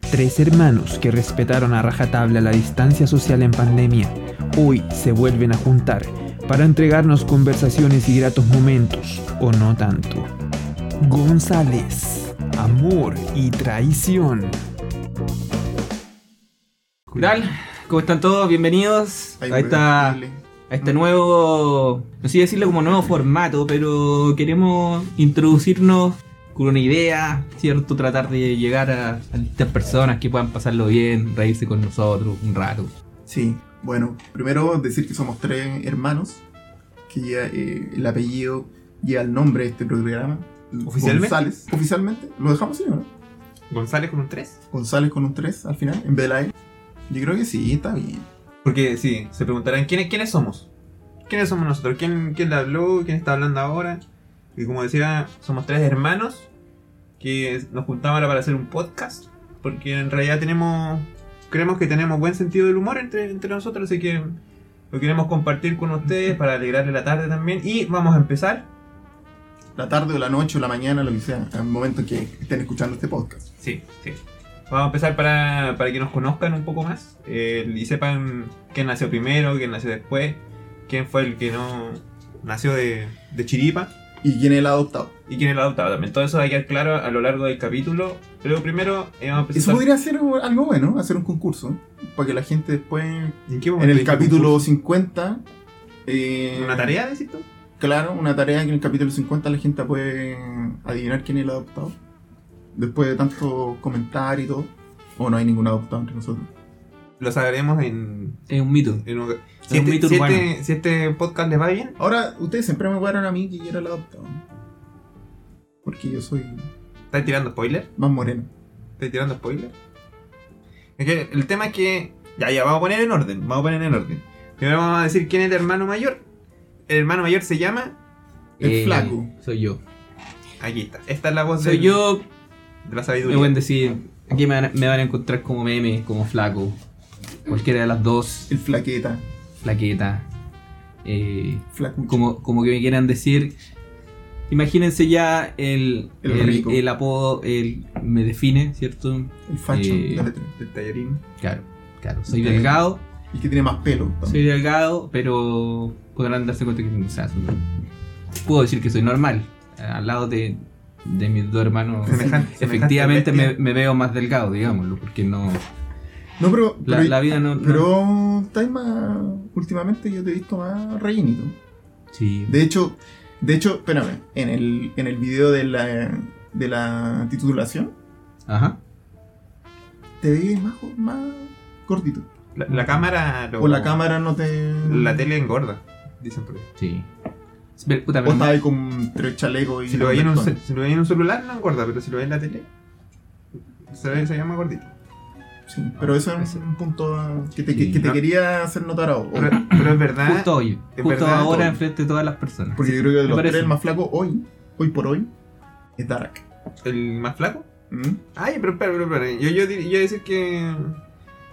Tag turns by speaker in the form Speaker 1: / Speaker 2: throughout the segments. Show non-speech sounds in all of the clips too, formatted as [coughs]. Speaker 1: Tres hermanos que respetaron a rajatabla la distancia social en pandemia, hoy se vuelven a juntar para entregarnos conversaciones y gratos momentos, o no tanto. González, amor y traición.
Speaker 2: ¿Qué tal? ¿Cómo están todos? Bienvenidos a, esta, a este nuevo, no sé decirlo como nuevo formato, pero queremos introducirnos con una idea, ¿cierto? Tratar de llegar a, a estas personas que puedan pasarlo bien, reírse con nosotros un rato.
Speaker 3: Sí, bueno, primero decir que somos tres hermanos, que ya eh, el apellido lleva el nombre de este programa.
Speaker 4: ¿Oficialmente?
Speaker 3: González. Oficialmente, lo dejamos así, ¿no?
Speaker 4: González con un 3.
Speaker 3: González con un 3 al final, en vez de la E. Yo creo que sí, está bien.
Speaker 4: Porque sí, se preguntarán ¿quiénes, quiénes somos. ¿Quiénes somos nosotros? ¿Quién, ¿Quién le habló? ¿Quién está hablando ahora? Y como decía, somos tres hermanos que nos juntamos ahora para hacer un podcast. Porque en realidad tenemos creemos que tenemos buen sentido del humor entre, entre nosotros, así que lo queremos compartir con ustedes para alegrarle la tarde también. Y vamos a empezar.
Speaker 3: La tarde o la noche o la mañana, lo que sea, al momento que estén escuchando este podcast.
Speaker 4: Sí, sí. Vamos a empezar para, para que nos conozcan un poco más eh, y sepan quién nació primero, quién nació después, quién fue el que no nació de, de chiripa
Speaker 3: ¿Y quién es el adoptado?
Speaker 4: y quién es el adoptado también. Todo eso va a quedar claro a lo largo del capítulo. Pero primero eh, vamos
Speaker 3: Eso
Speaker 4: a presentar...
Speaker 3: podría ser algo bueno, hacer un concurso. Para que la gente después,
Speaker 4: ¿En qué
Speaker 3: en el
Speaker 4: dijiste
Speaker 3: capítulo
Speaker 4: concurso?
Speaker 3: 50... eh,
Speaker 4: ¿Una tarea, decís tú?
Speaker 3: Claro, una tarea que en el capítulo 50 la gente puede adivinar quién es el adoptado. Después de tanto comentar y todo. O no hay ningún adoptado entre nosotros.
Speaker 4: Lo sabremos en...
Speaker 2: Es un mito.
Speaker 4: en un-
Speaker 2: un mito
Speaker 4: si,
Speaker 2: urbano.
Speaker 4: este, si este podcast les va bien,
Speaker 3: Ahora, ustedes siempre me guardaron a mí que yo era el adoptado. Porque yo soy
Speaker 4: ¿estáis tirando spoiler?
Speaker 3: más moreno.
Speaker 4: ¿Estáis tirando spoiler? Es que el tema es que... Ya, ya, vamos a poner en orden. Vamos a poner en orden. Primero vamos a decir quién es el hermano mayor. El hermano mayor se llama...
Speaker 3: El flaco.
Speaker 2: Eh, Soy yo.
Speaker 4: Aquí está. Esta es la voz
Speaker 2: Soy
Speaker 4: del-
Speaker 2: yo,
Speaker 4: de la
Speaker 2: me
Speaker 4: sabiduría.
Speaker 2: pueden decir, aquí me van, a- me van a encontrar como meme, como flaco. Cualquiera de las dos,
Speaker 3: El flaqueta,
Speaker 2: flaqueta. Eh,
Speaker 3: flacucho.
Speaker 2: como, como que me quieran decir. Imagínense ya el,
Speaker 3: El rico.
Speaker 2: el apodo, el me define, ¿cierto?
Speaker 3: El facho
Speaker 2: Eh.
Speaker 3: de la letra.
Speaker 4: Del tallarín.
Speaker 2: Claro, claro. Soy
Speaker 3: Ya.
Speaker 2: delgado,
Speaker 3: Y que tiene más pelo.
Speaker 2: soy
Speaker 3: también.
Speaker 2: delgado, pero podrán darse cuenta que o sea, soy- puedo decir que soy normal. eh, Al lado de, de mis dos hermanos,
Speaker 4: Semejante-
Speaker 2: efectivamente me,
Speaker 4: semejante
Speaker 2: me veo más delgado, digámoslo, porque no.
Speaker 3: No, pero.
Speaker 2: La,
Speaker 3: pero,
Speaker 2: la vida no. no-
Speaker 3: pero estáis más. Últimamente yo te he visto más rellenito.
Speaker 2: sí.
Speaker 3: De hecho, de hecho, espérame. En el, en el video de la, de la titulación,
Speaker 2: Ajá.
Speaker 3: te veis más, jo- más cortito.
Speaker 4: La, la cámara... lo-
Speaker 3: O la cámara no te.
Speaker 4: La tele engorda. Dicen por ahí.
Speaker 2: Sí. Pero, puta, pero-
Speaker 3: Vos estabas ahí con tres chalecos y.
Speaker 4: Si lo, veis en un,
Speaker 3: con-
Speaker 4: cel- si lo veis en un celular no engorda, pero si lo veis en la tele se, ve- se llama gordito.
Speaker 3: Sí, pero eso es
Speaker 2: Ese.
Speaker 3: un punto que te, que,
Speaker 2: Sí,
Speaker 3: que te
Speaker 4: no.
Speaker 3: quería hacer notar ahora.
Speaker 4: Pero, pero es verdad,
Speaker 2: justo hoy,
Speaker 4: es
Speaker 2: justo
Speaker 4: verdad,
Speaker 2: ahora
Speaker 4: todo.
Speaker 2: enfrente de todas las personas.
Speaker 3: Porque yo creo que de
Speaker 2: me
Speaker 3: los
Speaker 2: parece.
Speaker 3: tres, el más flaco hoy, hoy por hoy, es Darak.
Speaker 4: el más flaco.
Speaker 3: ¿Mm?
Speaker 4: Ay, pero espera, pero espera. Yo, yo, dir- yo iba a decir que,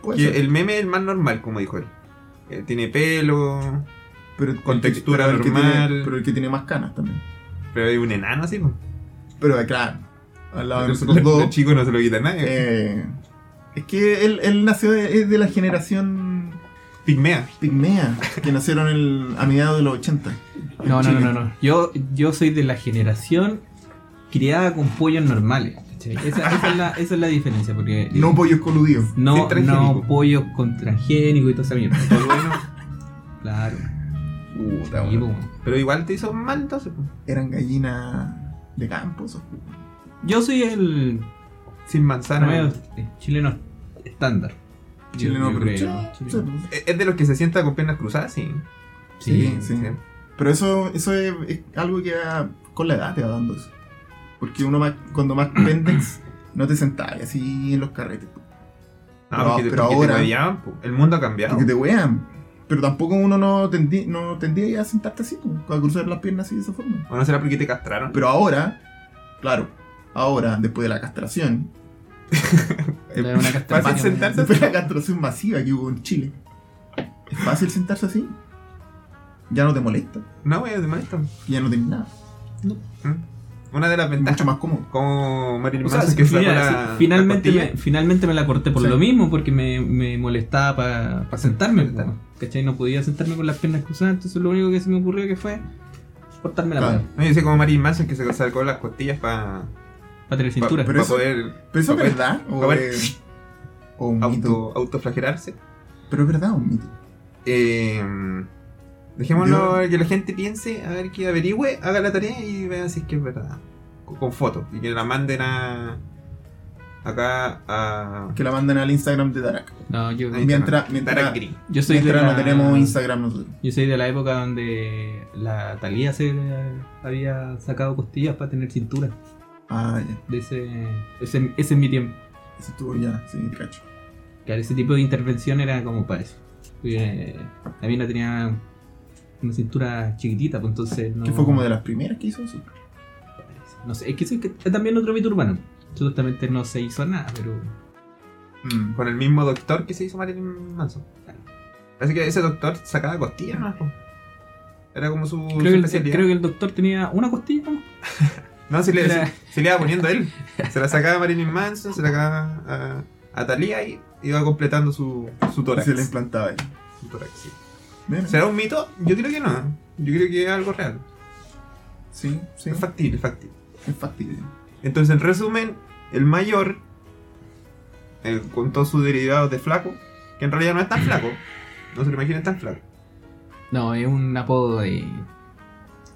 Speaker 3: Puede
Speaker 4: que
Speaker 3: ser.
Speaker 4: el meme es el más normal, como dijo él. Eh, tiene pelo,
Speaker 3: pero
Speaker 4: con
Speaker 3: el que-
Speaker 4: textura
Speaker 3: pero el que
Speaker 4: normal.
Speaker 3: tiene- pero el que tiene más canas también.
Speaker 4: pero es un enano así. po.
Speaker 3: Pero eh, claro, al lado de
Speaker 4: [laughs] Lo-
Speaker 3: nosotros
Speaker 4: lo
Speaker 3: dos.
Speaker 4: chico no se lo quita nadie.
Speaker 3: eh, es que él, él nació de, es de la generación
Speaker 4: Pigmea.
Speaker 3: pigmea, que nacieron el, a mediados de los 80. en
Speaker 2: No, no,
Speaker 3: Chile.
Speaker 2: no, no, no. Yo, yo soy de la generación criada con pollos normales. ¿cachai? Esa, esa es, la, esa es la diferencia, porque
Speaker 3: [laughs] No pollos coludidos.
Speaker 2: no,
Speaker 4: sin transgénico.
Speaker 2: no pollos con transgénico y toda esa mierda.
Speaker 4: Todo bueno.
Speaker 2: Claro.
Speaker 3: Puta,
Speaker 2: Y,
Speaker 3: bueno.
Speaker 2: bueno.
Speaker 4: pero igual te hizo mal entonces. po.
Speaker 3: Eran gallinas de campo, esos.
Speaker 2: Yo soy el
Speaker 4: Sin manzana.
Speaker 2: promedio chileno estándar. Yo-
Speaker 3: Chileno,
Speaker 2: yo
Speaker 3: pero
Speaker 2: creo,
Speaker 3: Sí,
Speaker 2: chileno.
Speaker 4: Eh, Es de los que se sienta con piernas cruzadas, sí.
Speaker 3: Sí, sí.
Speaker 4: Sí.
Speaker 3: Pero eso, eso es, es algo que va- con la edad te va dando eso. Porque uno más, cuando [coughs] más pendex, no te sentás así en los carretes.
Speaker 4: No,
Speaker 3: No,
Speaker 4: Ah, porque,
Speaker 3: pero
Speaker 4: porque
Speaker 3: ahora-
Speaker 4: te hueveaban, po. El mundo ha cambiado.
Speaker 3: Porque te wean. Pero tampoco uno no, tendí- no tendría a sentarte así, como, a cruzar las piernas así de esa forma.
Speaker 4: ¿O no será porque te castraron?
Speaker 3: Pero ahora, claro, ahora, después de la castración,
Speaker 2: Era una
Speaker 4: Fácil
Speaker 2: castaña.
Speaker 3: fácil
Speaker 4: sentarse
Speaker 3: sentarse después de la castración masiva que hubo en Chile. Es fácil sentarse así. Ya no te molesta,
Speaker 4: No, güey, te molestan.
Speaker 3: ya no tenés nada.
Speaker 4: ¿Mm? Una de las
Speaker 3: Mucho
Speaker 4: ventajas.
Speaker 3: más cómodo.
Speaker 4: Como Marilyn
Speaker 2: O sea,
Speaker 4: Manson que sacó
Speaker 2: mira,
Speaker 4: la,
Speaker 2: sí, finalmente,
Speaker 4: la costilla.
Speaker 2: me, finalmente me la corté por
Speaker 3: Sí.
Speaker 2: lo mismo, porque me, me molestaba para sentarme. po,
Speaker 4: Sentar.
Speaker 2: ¿Cachai? No podía sentarme con las piernas cruzadas, entonces lo único que se me ocurrió que fue cortarme la
Speaker 3: Claro.
Speaker 2: mano
Speaker 4: No, yo sé como Marilyn Manson que se sacó las costillas para
Speaker 2: para tener cintura.
Speaker 3: pero eso-
Speaker 4: poder
Speaker 3: ¿Pero eso es
Speaker 4: Papel.
Speaker 3: verdad? ¿O,
Speaker 4: Papel.
Speaker 3: es- o un mito?
Speaker 4: auto, autoflagelarse.
Speaker 3: ¿Pero es verdad o un mito?
Speaker 4: Eh, dejémoslo que la gente piense, a ver que averigüe, haga la tarea y vean si es que es verdad. Con, con fotos. Y que la manden a. Acá a.
Speaker 3: Que la manden al Instagram de Darak.
Speaker 2: no, yo,
Speaker 4: Ahí.
Speaker 3: Mientras,
Speaker 4: Tara
Speaker 3: mientras,
Speaker 4: Green.
Speaker 2: yo soy de
Speaker 3: mientras
Speaker 2: la,
Speaker 3: no tenemos Instagram nosotros.
Speaker 2: Yo soy de la época donde la Talía se había sacado costillas para tener cintura.
Speaker 3: Ah, ya.
Speaker 2: De ese, ese, ese es mi tiempo.
Speaker 3: Eso estuvo ya, sí, te cacho.
Speaker 2: Claro, ese tipo de intervención era como para eso. Porque la mina tenía una cintura chiquitita, pues entonces no.
Speaker 3: Que fue como de las primeras que hizo eso.
Speaker 2: No sé, es que eso es que- es también otro mito urbano. Justamente no se hizo nada, pero.
Speaker 3: Mm.
Speaker 4: Con el mismo doctor que se hizo Marilyn Manson. Así que ese doctor sacaba costillas, ¿no? Era como su, su
Speaker 2: Creo que, el,
Speaker 4: especialidad.
Speaker 2: creo que el doctor tenía una costilla, ¿no?
Speaker 4: No, se le,
Speaker 2: Era-
Speaker 4: se, se le iba poniendo él.
Speaker 2: [laughs]
Speaker 4: Se la sacaba a Marilyn Manson, se la sacaba a, a Thalía y iba completando su, su
Speaker 3: Y
Speaker 4: tórax.
Speaker 3: Se le implantaba ahí.
Speaker 4: Su tórax, sí.
Speaker 3: Bien.
Speaker 4: ¿Será un mito? Yo creo que no. Yo creo que es algo real.
Speaker 3: Sí, sí.
Speaker 4: Es factible, es factible.
Speaker 3: Es factible.
Speaker 4: Entonces, en resumen, el mayor, el, con todos sus derivados de flaco, que en realidad no es tan flaco, no se lo imaginen tan flaco.
Speaker 2: No, es un apodo de,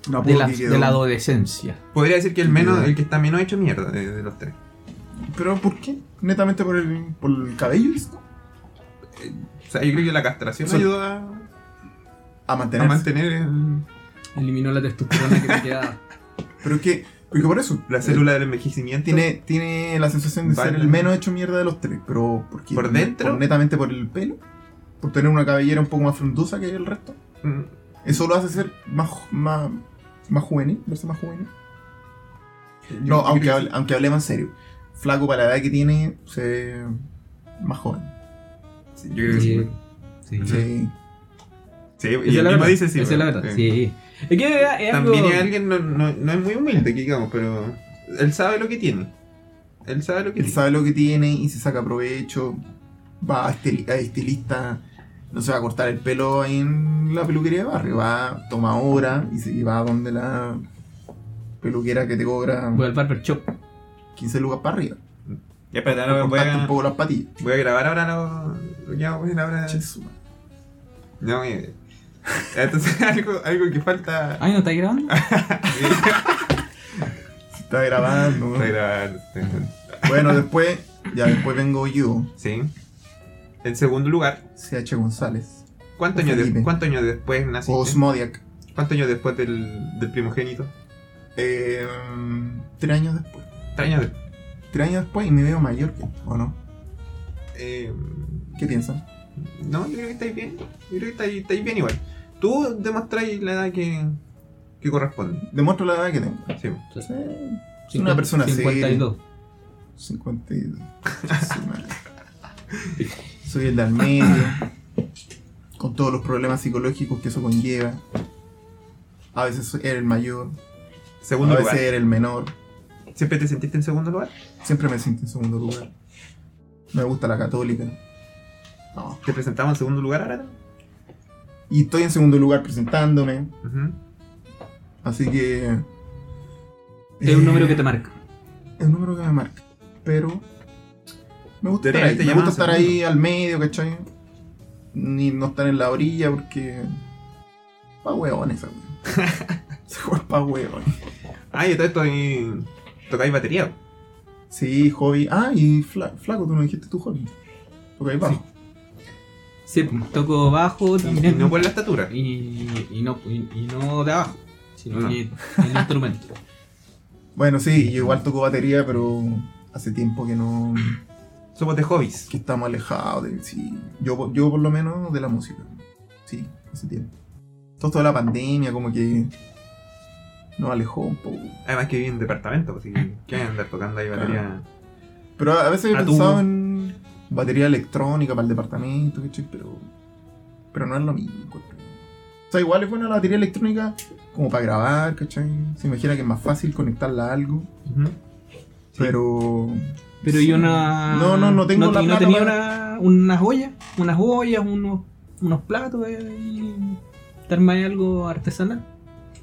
Speaker 3: No
Speaker 2: de,
Speaker 3: puedo
Speaker 2: la,
Speaker 3: que quedó.
Speaker 2: de la adolescencia.
Speaker 4: Podría decir que el menos, el que está menos hecho mierda de, de los tres.
Speaker 3: ¿Pero por qué? ¿Netamente por el, por el cabello? esto?
Speaker 4: O sea, yo creo que la castración
Speaker 3: Son-
Speaker 4: ayuda a,
Speaker 3: A mantenerse.
Speaker 4: mantener el-
Speaker 2: Eliminó la testosterona que te [laughs] quedaba.
Speaker 3: Pero es que, porque por eso,
Speaker 4: la célula del envejecimiento.
Speaker 3: tiene, tiene la sensación de ser
Speaker 4: Vale.
Speaker 3: el menos hecho mierda de los tres, pero ¿por qué?
Speaker 4: ¿Por dentro?
Speaker 3: netamente por el pelo, por tener una cabellera un poco más frondosa que el resto.
Speaker 4: Mm,
Speaker 3: Eso lo hace ser más, ju- más, más juvenil, verse más juvenil.
Speaker 4: yo-
Speaker 3: No,
Speaker 4: yo
Speaker 3: aunque,
Speaker 4: creo que
Speaker 3: hable- aunque hablemos en serio, flaco para la edad que tiene, se ve más joven.
Speaker 4: sí. Sí, yo creo que sí.
Speaker 2: sí.
Speaker 3: Sí.
Speaker 4: Sí,
Speaker 2: Esa
Speaker 4: y
Speaker 2: es
Speaker 4: el
Speaker 2: la
Speaker 4: mismo
Speaker 2: verdad.
Speaker 4: dice sí.
Speaker 2: Esa es la
Speaker 4: bueno,
Speaker 2: verdad.
Speaker 4: sí.
Speaker 2: Sí. Es que es- es algo-
Speaker 4: También es alguien, no, no, no es muy humilde, que digamos, pero él sabe lo que tiene. Él sabe lo que
Speaker 3: Él
Speaker 4: tiene.
Speaker 3: sabe lo que tiene y se saca provecho. Va a, estil- a estilista, no se va a cortar el pelo en la peluquería de barrio. Va, toma hora y, se, y va a donde la peluquera que te cobra
Speaker 2: Voy al barber shop.
Speaker 3: 15 lucas para arriba.
Speaker 4: Ya, espérate, ahora
Speaker 3: Por
Speaker 4: voy
Speaker 3: cortarte un
Speaker 4: a,
Speaker 3: poco las patillas.
Speaker 4: voy a grabar ahora lo, lo que vamos a hacer ahora.
Speaker 3: Che, su madre.
Speaker 4: No, eh, entonces [laughs] algo, algo que falta.
Speaker 2: Ay, ¿no estáis grabando?
Speaker 3: Se está grabando. ¿no?
Speaker 4: Voy a grabar, sí.
Speaker 3: bueno, después, ya después vengo yo,
Speaker 4: Sí. En segundo lugar,
Speaker 3: CH González.
Speaker 4: ¿cuántos años, de-
Speaker 3: Felipe.
Speaker 4: cuántos años después naciste?
Speaker 3: Osmodiac.
Speaker 4: ¿Cuántos años después del, del primogénito?
Speaker 3: Eh, tres años después.
Speaker 4: Tres años después.
Speaker 3: Tres años después y me veo mayor que- ¿O no?
Speaker 4: Eh,
Speaker 3: ¿Qué piensan?
Speaker 4: no, yo creo que estáis bien. Yo creo que estáis, estáis bien igual. Tú demostráis la edad que, que corresponde.
Speaker 3: Demuestro la edad que tengo.
Speaker 4: Sí.
Speaker 3: Sí. Una persona seria.
Speaker 2: 52.
Speaker 3: 52. Su madre. [laughs] Soy el del medio. Con todos los problemas psicológicos que eso conlleva. A veces soy- era el mayor, a
Speaker 4: Segundo
Speaker 3: veces
Speaker 4: lugar.
Speaker 3: era el menor.
Speaker 4: ¿Siempre te sentiste en segundo lugar?
Speaker 3: Siempre me siento en segundo lugar. Me gusta la católica. No.
Speaker 4: ¿Te presentamos en segundo lugar ahora?
Speaker 3: Y estoy en segundo lugar presentándome.
Speaker 4: Ujú.
Speaker 3: Así que.
Speaker 2: Es un número que te marca.
Speaker 3: Es un número que me marca. Pero. Me gusta estar
Speaker 4: Deberías
Speaker 3: ahí.
Speaker 4: te
Speaker 3: Me
Speaker 4: llaman
Speaker 3: gusta estar
Speaker 4: segundo.
Speaker 3: ahí al medio, ¿cachai? Ni no estar en la orilla porque. Pa' hueones, esa weá. Esa weá es pa' hueones.
Speaker 4: Ah, y todo esto y tocáis batería.
Speaker 3: Sí, hobby. Ah, y fla- flaco, tú no dijiste tu hobby. Ok, vamos.
Speaker 2: Sí, pues, toco bajo
Speaker 4: Y
Speaker 2: también.
Speaker 4: no por la estatura.
Speaker 2: Y, y no, y, y no de abajo, sino
Speaker 4: No.
Speaker 2: que en el instrumento.
Speaker 3: Bueno, sí, yo igual toco batería, pero hace tiempo que no.
Speaker 4: Somos de hobbies.
Speaker 3: que estamos alejados de. Sí, yo, po- yo por lo menos de la música. Sí, hace tiempo. Todo esto de la pandemia, como que. nos alejó un poco.
Speaker 4: Además que viví en departamento, así que ¿qué voy a andar tocando ahí batería?
Speaker 3: Pero a a veces he
Speaker 4: A tu-
Speaker 3: pensado en batería electrónica para el departamento, ¿cachai? Pero. Pero no es lo mismo. encuentro. O sea, igual es buena la batería electrónica como para grabar, ¿cachai? Se imagina que es más fácil conectarla a algo.
Speaker 4: Ujú. Sí.
Speaker 3: Pero.
Speaker 2: [laughs] Pero y una.
Speaker 3: No, no, no tengo la
Speaker 2: te-
Speaker 3: plata
Speaker 2: tenía
Speaker 3: para-
Speaker 2: una, unas ollas, unas ollas, unos, unos platos eh, y. te armáis algo artesanal.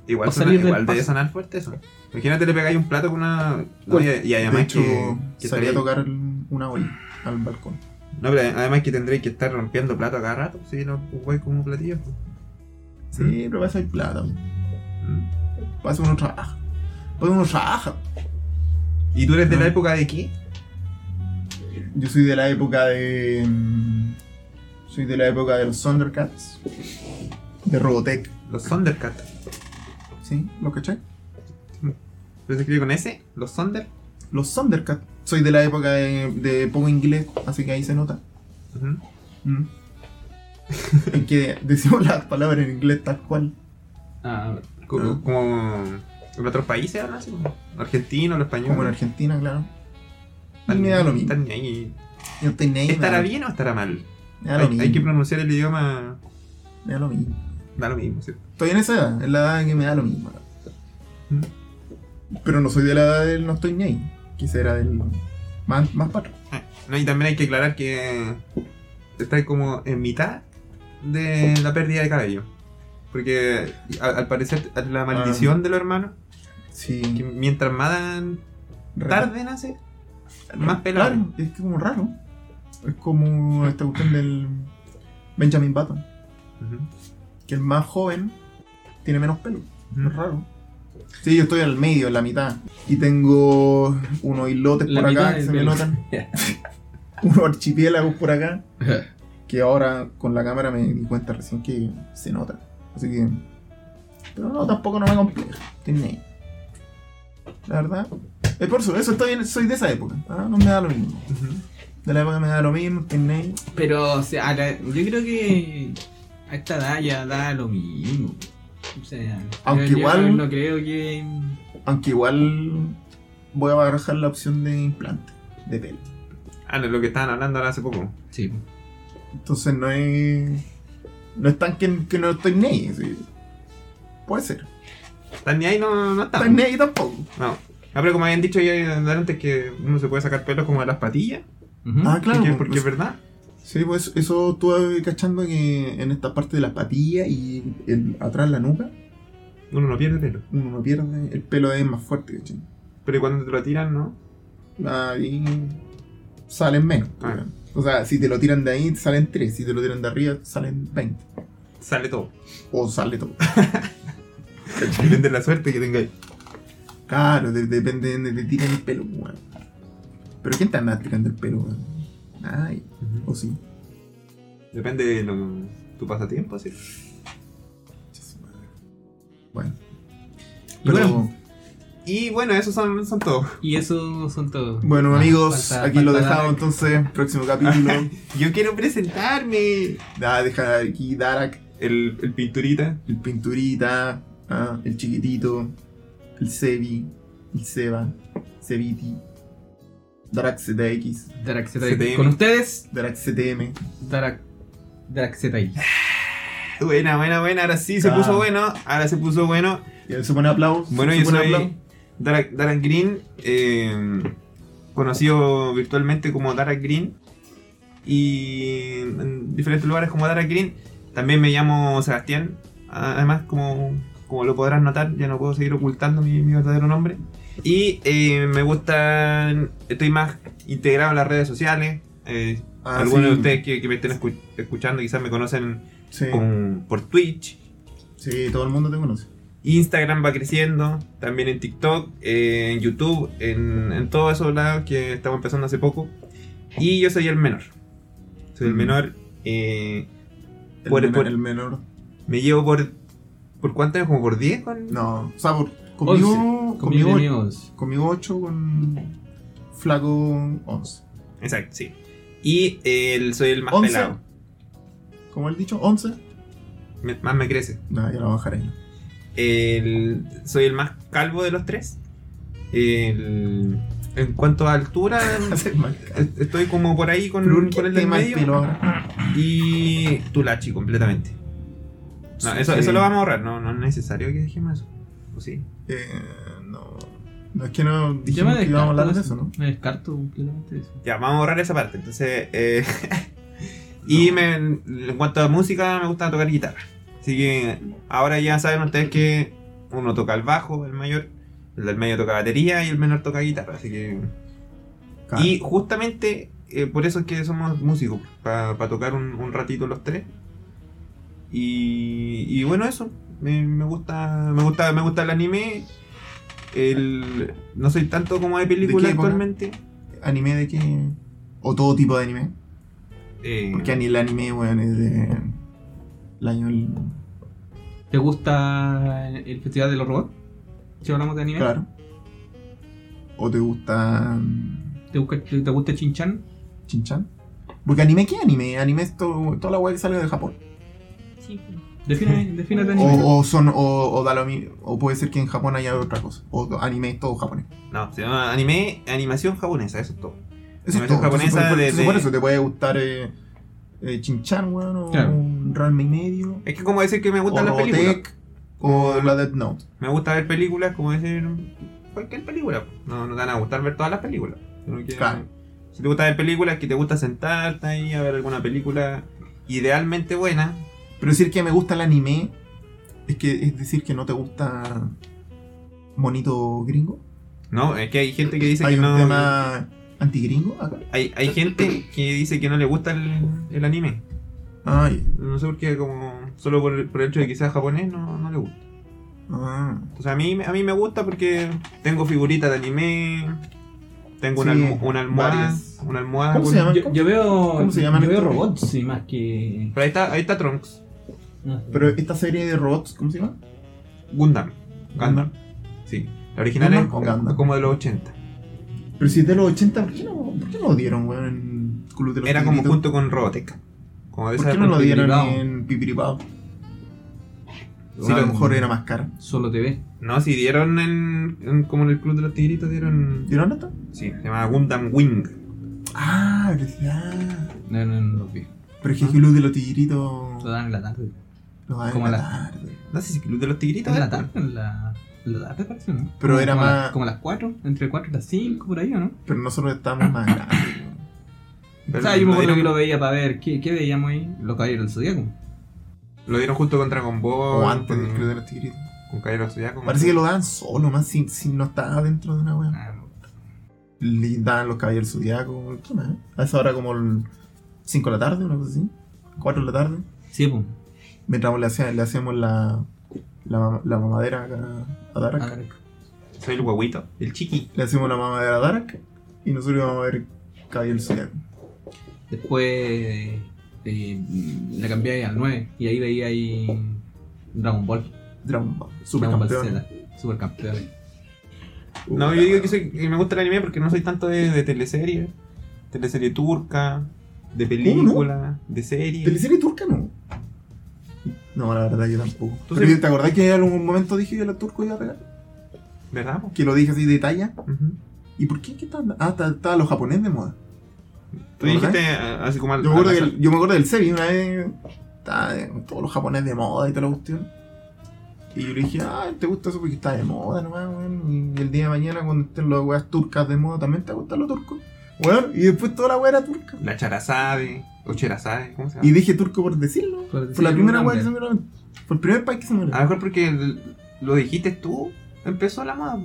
Speaker 4: Igual,
Speaker 2: O
Speaker 4: suena-
Speaker 2: salir del
Speaker 4: igual debe
Speaker 2: paso.
Speaker 4: sonar fuerte eso. Imagínate, le pegáis un plato con una. No, y, y
Speaker 3: De
Speaker 4: además
Speaker 3: hecho,
Speaker 4: que. que
Speaker 3: salí a
Speaker 4: estaréis-
Speaker 3: tocar una olla al balcón.
Speaker 4: No, pero además que tendréis que estar rompiendo plato a cada rato. Si no ocupáis como platillo. pues.
Speaker 3: Sí, pero pasa el plata.
Speaker 4: Mm.
Speaker 3: Pasa uno trabaja. Pasa uno trabaja.
Speaker 4: ¿Y tú eres de
Speaker 3: No.
Speaker 4: la época de qué?
Speaker 3: Yo soy de la época de. mm, Soy de la época de los Thundercats. De Robotech.
Speaker 4: Los Thundercats.
Speaker 3: ¿Sí? ¿Lo caché?
Speaker 4: ¿Pero se escribe con S? ¿Los Thunder?
Speaker 3: Los Thundercats. Soy de la época de, de poco inglés, así que ahí se nota.
Speaker 4: Ujú.
Speaker 3: Mm. En que decimos las palabras en inglés tal cual.
Speaker 2: Ah,
Speaker 4: Co-
Speaker 3: Ah.
Speaker 4: Como en otros países hablan así, como argentino, los español.
Speaker 3: Como en Argentina, claro. Y me da lo mismo.
Speaker 4: Están ahí.
Speaker 3: Yo estoy ni ahí, me da
Speaker 4: ¿Estará
Speaker 3: lo-
Speaker 4: bien o estará mal?
Speaker 3: Me da lo
Speaker 4: Hay, hay que
Speaker 3: mismo.
Speaker 4: pronunciar el idioma.
Speaker 3: Me da lo mismo.
Speaker 4: Da lo mismo, ¿cierto?
Speaker 3: Estoy en esa edad, es la edad en que me da lo mismo. la verdad.
Speaker 4: Mm.
Speaker 3: Pero no soy de la edad del no estoy ni ahí. Quizá era del más, más para atrás.
Speaker 4: Ah, No, y también hay que aclarar que está como en mitad de la pérdida de cabello. Porque a- al, parecer la maldición de los hermanos, que
Speaker 3: Sí.
Speaker 4: mientras más tarde nace, más pelado.
Speaker 3: Claro, es que como raro. Es como esta cuestión del Benjamin Button.
Speaker 4: Ujú,
Speaker 3: Que el más joven tiene menos pelo.
Speaker 4: ujú.
Speaker 3: Es raro. Sí, yo estoy al medio, en la mitad. Y tengo unos islotes
Speaker 2: La
Speaker 3: por
Speaker 2: mitad
Speaker 3: acá que
Speaker 2: del
Speaker 3: se me
Speaker 2: pelo. [laughs]
Speaker 3: notan. unos archipiélagos por acá. que ahora con la cámara me di cuenta recién que se nota. Así que. Pero no, tampoco no me compleja. Estoy ni ahí. La verdad. Es por eso, eso estoy en- soy de esa época. ¿ah? No me da lo mismo.
Speaker 4: Ujú.
Speaker 3: De la época me da lo mismo, estoy ni ahí.
Speaker 2: Pero, o sea, a la- yo creo que a esta edad ya da lo mismo. O sea,
Speaker 3: Aunque
Speaker 2: yo- yo
Speaker 3: igual-
Speaker 2: No creo que.
Speaker 3: Aunque igual voy a barajar la opción de implante, de pelo.
Speaker 4: Ah, no, lo que estaban hablando ahora hace poco.
Speaker 2: Sí.
Speaker 3: Entonces no es. No es tan que, que no estoy ni ahí. sí. Puede ser.
Speaker 4: Tan ni ahí no, no
Speaker 3: Estoy ni
Speaker 4: estamos.
Speaker 3: ahí tampoco.
Speaker 4: No. Ah, pero como habían dicho ya antes que uno se puede sacar pelos como de las patillas.
Speaker 2: Ujú.
Speaker 3: Ah, claro.
Speaker 4: porque,
Speaker 3: pues,
Speaker 4: porque es verdad.
Speaker 3: Sí, pues eso estuve cachando que en esta parte de las patillas y el- atrás la nuca,
Speaker 4: Uno no pierde pelo.
Speaker 3: uno no pierde, el pelo es más fuerte, ¿cachai?
Speaker 4: Pero cuando te lo tiran, ¿no?
Speaker 3: Ahí salen menos.
Speaker 4: Ah.
Speaker 3: weón. O sea, si te lo tiran de ahí, salen 3, si te lo tiran de arriba, salen 20.
Speaker 4: Sale todo. [laughs]
Speaker 3: O sale todo.
Speaker 4: Depende de la suerte que tengáis.
Speaker 3: Claro, de- depende de donde te tiren el pelo, weón. Pero ¿quién te anda tirando el pelo, weón? Ay, o sí.
Speaker 4: Depende de lo- tu pasatiempo, sí.
Speaker 3: Bueno.
Speaker 2: Y
Speaker 3: Pero,
Speaker 2: bueno,
Speaker 3: bueno,
Speaker 4: Y bueno, esos son, son todos.
Speaker 2: Y eso son todos. Ah,
Speaker 3: amigos,
Speaker 2: falta-
Speaker 3: aquí lo
Speaker 2: falta
Speaker 3: dejamos
Speaker 2: dar-
Speaker 3: entonces. Próximo
Speaker 2: [laughs]
Speaker 3: capítulo.
Speaker 4: Yo quiero presentarme.
Speaker 3: Da, deja aquí Darak,
Speaker 4: El, el pinturita.
Speaker 3: el Pinturita, ah, el Chiquitito, el Sebi, el Seba, Sebiti, Darak ZX,
Speaker 2: Darak
Speaker 4: CTM.
Speaker 2: ZX. Con ustedes,
Speaker 3: Darak CTM.
Speaker 2: Darak, Darak ZX.
Speaker 4: Buena, buena, buena. Ahora sí se
Speaker 3: Ah.
Speaker 4: puso bueno. Ahora se puso bueno.
Speaker 3: Y él se pone aplausos.
Speaker 4: Bueno,
Speaker 3: se
Speaker 4: yo
Speaker 3: pone
Speaker 4: soy Darak, Darak Green, eh, conocido virtualmente como Darak Green. Y en diferentes lugares como Darak Green. También me llamo Sebastián. a- Además, como, como lo podrás notar, ya no puedo seguir ocultando mi, mi verdadero nombre. Y eh, me gustan. Estoy más integrado en las redes sociales. eh,
Speaker 3: Ah,
Speaker 4: algunos de
Speaker 3: sí,
Speaker 4: ustedes que, que me estén escu- escuchando quizás me conocen
Speaker 3: Sí,
Speaker 4: con- por Twitch.
Speaker 3: sí, todo el mundo te conoce.
Speaker 4: Instagram va creciendo, también en TikTok, eh, en YouTube, en, en todos esos lados que estamos empezando hace poco. Y yo soy el menor. Soy el
Speaker 3: Mm.
Speaker 4: menor. eh,
Speaker 3: El,
Speaker 4: Por-
Speaker 3: menor,
Speaker 4: por-
Speaker 3: el menor.
Speaker 4: me llevo por. ¿Por cuántos años? ¿Como por 10? Con...
Speaker 3: No, o sea, por-
Speaker 2: Conmigo,
Speaker 3: conmigo, conmigo,
Speaker 2: amigos.
Speaker 3: conmigo 8, con Flaco 11.
Speaker 4: Exacto, sí. Y eh, el- soy el más
Speaker 3: ¿Once?
Speaker 4: pelado.
Speaker 3: ¿Cómo el dicho? ¿11?
Speaker 4: Me- más me crece.
Speaker 3: No, ya lo bajaré.
Speaker 4: El- soy el más calvo de los tres. El- en cuanto a
Speaker 3: [laughs]
Speaker 4: altura,
Speaker 3: [laughs] Hace mal.
Speaker 4: est- estoy como por ahí con,
Speaker 3: Pero ¿por qué
Speaker 4: con el
Speaker 3: te
Speaker 4: del
Speaker 3: mal
Speaker 4: medio.
Speaker 3: pelo ahora?
Speaker 4: Y Tulachi completamente. No, eso,
Speaker 3: Sí.
Speaker 4: eso lo vamos a ahorrar, no, no es necesario que dijimos eso. ¿O sí?
Speaker 3: Eh, no. No es que no
Speaker 2: Yo me
Speaker 3: dijimos que
Speaker 2: descarto.
Speaker 3: íbamos a hablar
Speaker 2: de
Speaker 3: de eso, ¿no?
Speaker 2: Me descarto completamente de eso.
Speaker 4: Ya, vamos a ahorrar esa parte. Entonces, eh, [laughs] y me- en cuanto a música, me gusta tocar guitarra. Así que ahora ya saben ustedes que uno toca el bajo, el mayor, el del medio toca batería y el menor toca guitarra. Así que. Y justamente eh, por eso es que somos músicos, para tocar un, un ratito los tres. Y, y bueno, eso. Me, me gusta. Me gusta. Me gusta el anime. El, no soy tanto como de película
Speaker 3: época?
Speaker 4: actualmente.
Speaker 3: ¿Anime de qué? O todo tipo de anime.
Speaker 4: Eh,
Speaker 3: Porque ni el anime, weón, es de. El año.
Speaker 2: ¿Te gusta el Festival de los Robots? Si hablamos de anime.
Speaker 3: Claro. ¿O te gusta. mm,
Speaker 2: ¿Te gusta, te, te gusta Chinchan?
Speaker 3: Chinchan? Porque anime, ¿qué anime? Anime es to- toda la weá que salió de Japón.
Speaker 2: Sí. Define,
Speaker 3: [laughs]
Speaker 2: defínate anime.
Speaker 3: O, o son. O, o da lo mi- O puede ser que en Japón haya otra cosa. O anime es todo japonés.
Speaker 4: No, se llama anime, animación japonesa, eso es todo.
Speaker 3: Eso
Speaker 4: Animación
Speaker 3: es todo.
Speaker 4: japonesa
Speaker 3: Entonces, por,
Speaker 4: de-
Speaker 3: entonces, por
Speaker 4: de-
Speaker 3: eso te puede gustar. Eh, eh, Chinchan, weón, o
Speaker 2: Claro.
Speaker 3: un Ranma y medio.
Speaker 4: Es que como decir que me
Speaker 3: O
Speaker 4: gustan las películas.
Speaker 3: Robotech. O la Death Note.
Speaker 4: Me gusta ver películas, como decir cualquier película. No, no te van a gustar ver todas las películas. sino que-
Speaker 3: Claro.
Speaker 4: Si te gusta ver películas, que te gusta sentarte ahí a ver alguna película idealmente buena.
Speaker 3: Pero decir que me gusta el anime es que es decir que no te gusta monito gringo.
Speaker 4: No, es que hay gente que dice
Speaker 3: Hay
Speaker 4: que
Speaker 3: un
Speaker 4: no.
Speaker 3: tema antigringo acá.
Speaker 4: Hay, hay gente que dice que no le gusta el, el anime.
Speaker 3: Ay,
Speaker 4: No sé por qué, como solo por el, por el hecho de que sea japonés, no, no le gusta.
Speaker 3: ah.
Speaker 4: O sea, a mí, a mí me gusta porque tengo figuritas de anime, tengo una,
Speaker 3: Sí,
Speaker 4: almo- una almohada,
Speaker 3: varias.
Speaker 4: una almohada.
Speaker 3: ¿Cómo
Speaker 4: con-
Speaker 3: se llaman?
Speaker 2: Yo, yo veo.
Speaker 3: ¿Cómo se llaman
Speaker 2: Yo veo
Speaker 3: estos?
Speaker 2: robots, sí, más que.
Speaker 4: Pero ahí está, ahí está Trunks,
Speaker 2: no sé.
Speaker 3: Pero esta serie de robots, ¿cómo se llama?
Speaker 4: Gundam, Gundam, sí. La original es
Speaker 3: Gundam o Gundam.
Speaker 4: como de los 80.
Speaker 3: Pero si es de los 80, ¿por qué no, por qué no lo dieron, weón, en Club de los
Speaker 4: Era como
Speaker 3: Tigritos?
Speaker 4: junto con Robotech. Como de
Speaker 3: ¿Por
Speaker 4: esas-
Speaker 3: qué no lo
Speaker 2: con
Speaker 3: dieron
Speaker 2: Pipiripao?
Speaker 3: en Pipiripao?
Speaker 4: Sí,
Speaker 3: a lo
Speaker 4: lo-
Speaker 3: mejor era más cara.
Speaker 2: Solo te ves.
Speaker 4: No, sí, dieron en, en- como en el Club de los Tigritos, dieron...
Speaker 3: ¿Dieron esta?
Speaker 4: Sí, se llamaba Gundam Wing.
Speaker 3: Ah, verdad.
Speaker 2: No, no, no los vi.
Speaker 3: Pero es que Club de los Tigritos
Speaker 2: Lo dan en la tarde.
Speaker 3: lo daban en
Speaker 2: como
Speaker 3: la
Speaker 2: la-
Speaker 3: tarde.
Speaker 4: No sé si Club de los Tigritos...
Speaker 2: En la
Speaker 4: era-
Speaker 2: tarde, en la. en la tarde parece, ¿no?
Speaker 3: Pero
Speaker 2: Como-
Speaker 3: era
Speaker 2: como a
Speaker 3: más-
Speaker 2: las- como a las 4, entre 4 y las 5, por ahí, ¿o no?
Speaker 3: Pero nosotros estábamos más grandes. weón.
Speaker 4: pero
Speaker 2: o sea, yo me
Speaker 4: lo
Speaker 2: acuerdo que lo
Speaker 4: dieron,
Speaker 2: veía para ver qué, qué veíamos ahí. Los caballeros del zodiaco.
Speaker 4: lo dieron junto con Dragon Ball,
Speaker 3: O antes del
Speaker 4: con-
Speaker 3: Club de los Tigritos.
Speaker 4: con Cairo Zodiaco.
Speaker 3: Parece que lo daban solo, más si, si no estaba dentro de una weá.
Speaker 2: Ah, no.
Speaker 3: Le daban los caballeros zodiacos, ¿qué más? A esa hora como 5 de la tarde, una cosa así. 4 de la tarde.
Speaker 2: Sí, pues.
Speaker 3: Mientras le, hacía- le hacíamos la, la, mam- la mamadera acá a Darak.
Speaker 2: Ah,
Speaker 4: Soy el guaguito, el chiqui.
Speaker 3: Le hacíamos la mamadera a Darak y nosotros íbamos a ver caballeros zodiacos.
Speaker 2: Después eh, eh, le cambié ahí al 9 y ahí veía ahí Dragon Ball,
Speaker 3: Dragon
Speaker 2: Dragon
Speaker 3: Ball,
Speaker 2: Ball
Speaker 3: supercampeón.
Speaker 2: Z, supercampeones.
Speaker 3: Uh,
Speaker 4: No, yo digo que, soy- que me gusta el anime porque no soy tanto de, de teleserie, teleserie turca, de película, de serie.
Speaker 3: ¿Teleserie turca no? No, la verdad yo tampoco.
Speaker 4: ¿Tú
Speaker 3: Pero
Speaker 4: sí?
Speaker 3: yo- ¿Te acordás que en algún momento dije que la turco iba a pegar?
Speaker 4: ¿Verdad? po?
Speaker 3: Que lo dije así de talla.
Speaker 4: Ujú.
Speaker 3: ¿Y por qué? ¿Qué tal? Ah, está- estaba los japonés de moda.
Speaker 4: Tú
Speaker 3: ¿Verdad?
Speaker 4: dijiste ah, así como al,
Speaker 3: Yo me, acuerdo
Speaker 4: al
Speaker 3: que
Speaker 4: azar.
Speaker 3: el- yo me acuerdo del serie, una vez estaba de- todos los japoneses de moda y toda la cuestión. Y yo le dije, ah, ¿te gusta eso porque está de moda nomás, weón? Y el día de mañana cuando estén las weas turcas de moda, ¿también te gustan los turcos? Weón, y después toda la wea era turca.
Speaker 4: La charazade, o cherazade, ¿cómo se llama?
Speaker 3: Y dije turco por decirlo.
Speaker 2: Por
Speaker 3: Fue la
Speaker 2: decirlo,
Speaker 3: primera
Speaker 2: grande.
Speaker 3: wea que se me grabó. Fue el primer país que se me
Speaker 4: A
Speaker 3: grabó.
Speaker 4: lo mejor porque el- lo dijiste tú, empezó la moda. po.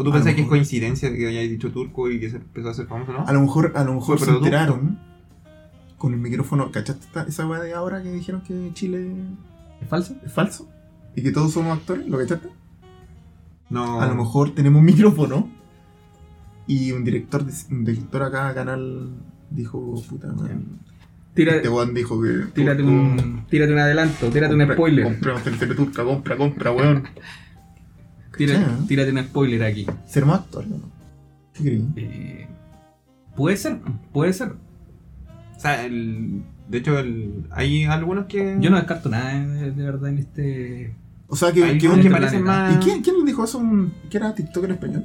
Speaker 4: ¿O tú
Speaker 3: A
Speaker 4: pensás
Speaker 3: lo
Speaker 4: que es
Speaker 3: mejor.
Speaker 4: coincidencia que hayas dicho turco y que se empezó a hacer famoso, no?
Speaker 3: A lo mejor, a lo mejor
Speaker 4: Fue
Speaker 3: se
Speaker 4: producto.
Speaker 3: enteraron con el micrófono. ¿Cachaste esta- esa wea de ahora que dijeron que Chile
Speaker 2: ¿Es falso?
Speaker 3: es falso? Y que todos somos actores, ¿lo cachaste?
Speaker 4: No.
Speaker 3: A lo mejor tenemos un micrófono y un director, de- un director acá canal dijo, puta madre.
Speaker 2: Tira-
Speaker 3: Este weón dijo que.
Speaker 2: tírate,
Speaker 3: tú-
Speaker 2: un, tírate un adelanto,
Speaker 3: tú-
Speaker 2: tírate un
Speaker 3: compra-
Speaker 2: spoiler.
Speaker 3: Compramos el Teleturca, compra, compra, weón.
Speaker 2: Tírate,
Speaker 3: Sí.
Speaker 2: tírate un spoiler aquí.
Speaker 3: Seremos actores, ¿no? ¿Qué creí?
Speaker 2: Eh, puede ser, puede ser.
Speaker 4: O sea, el- de hecho, el- hay algunos que.
Speaker 2: Yo no
Speaker 3: Mm.
Speaker 2: descarto nada eh, de, de verdad en este.
Speaker 3: O sea, que,
Speaker 4: Hay
Speaker 3: que
Speaker 4: algunos
Speaker 3: un.
Speaker 4: que
Speaker 2: este
Speaker 4: parecen
Speaker 2: planeta.
Speaker 4: más.
Speaker 3: ¿Y quién, quién dijo eso? ¿Un, ¿Que era TikToker español?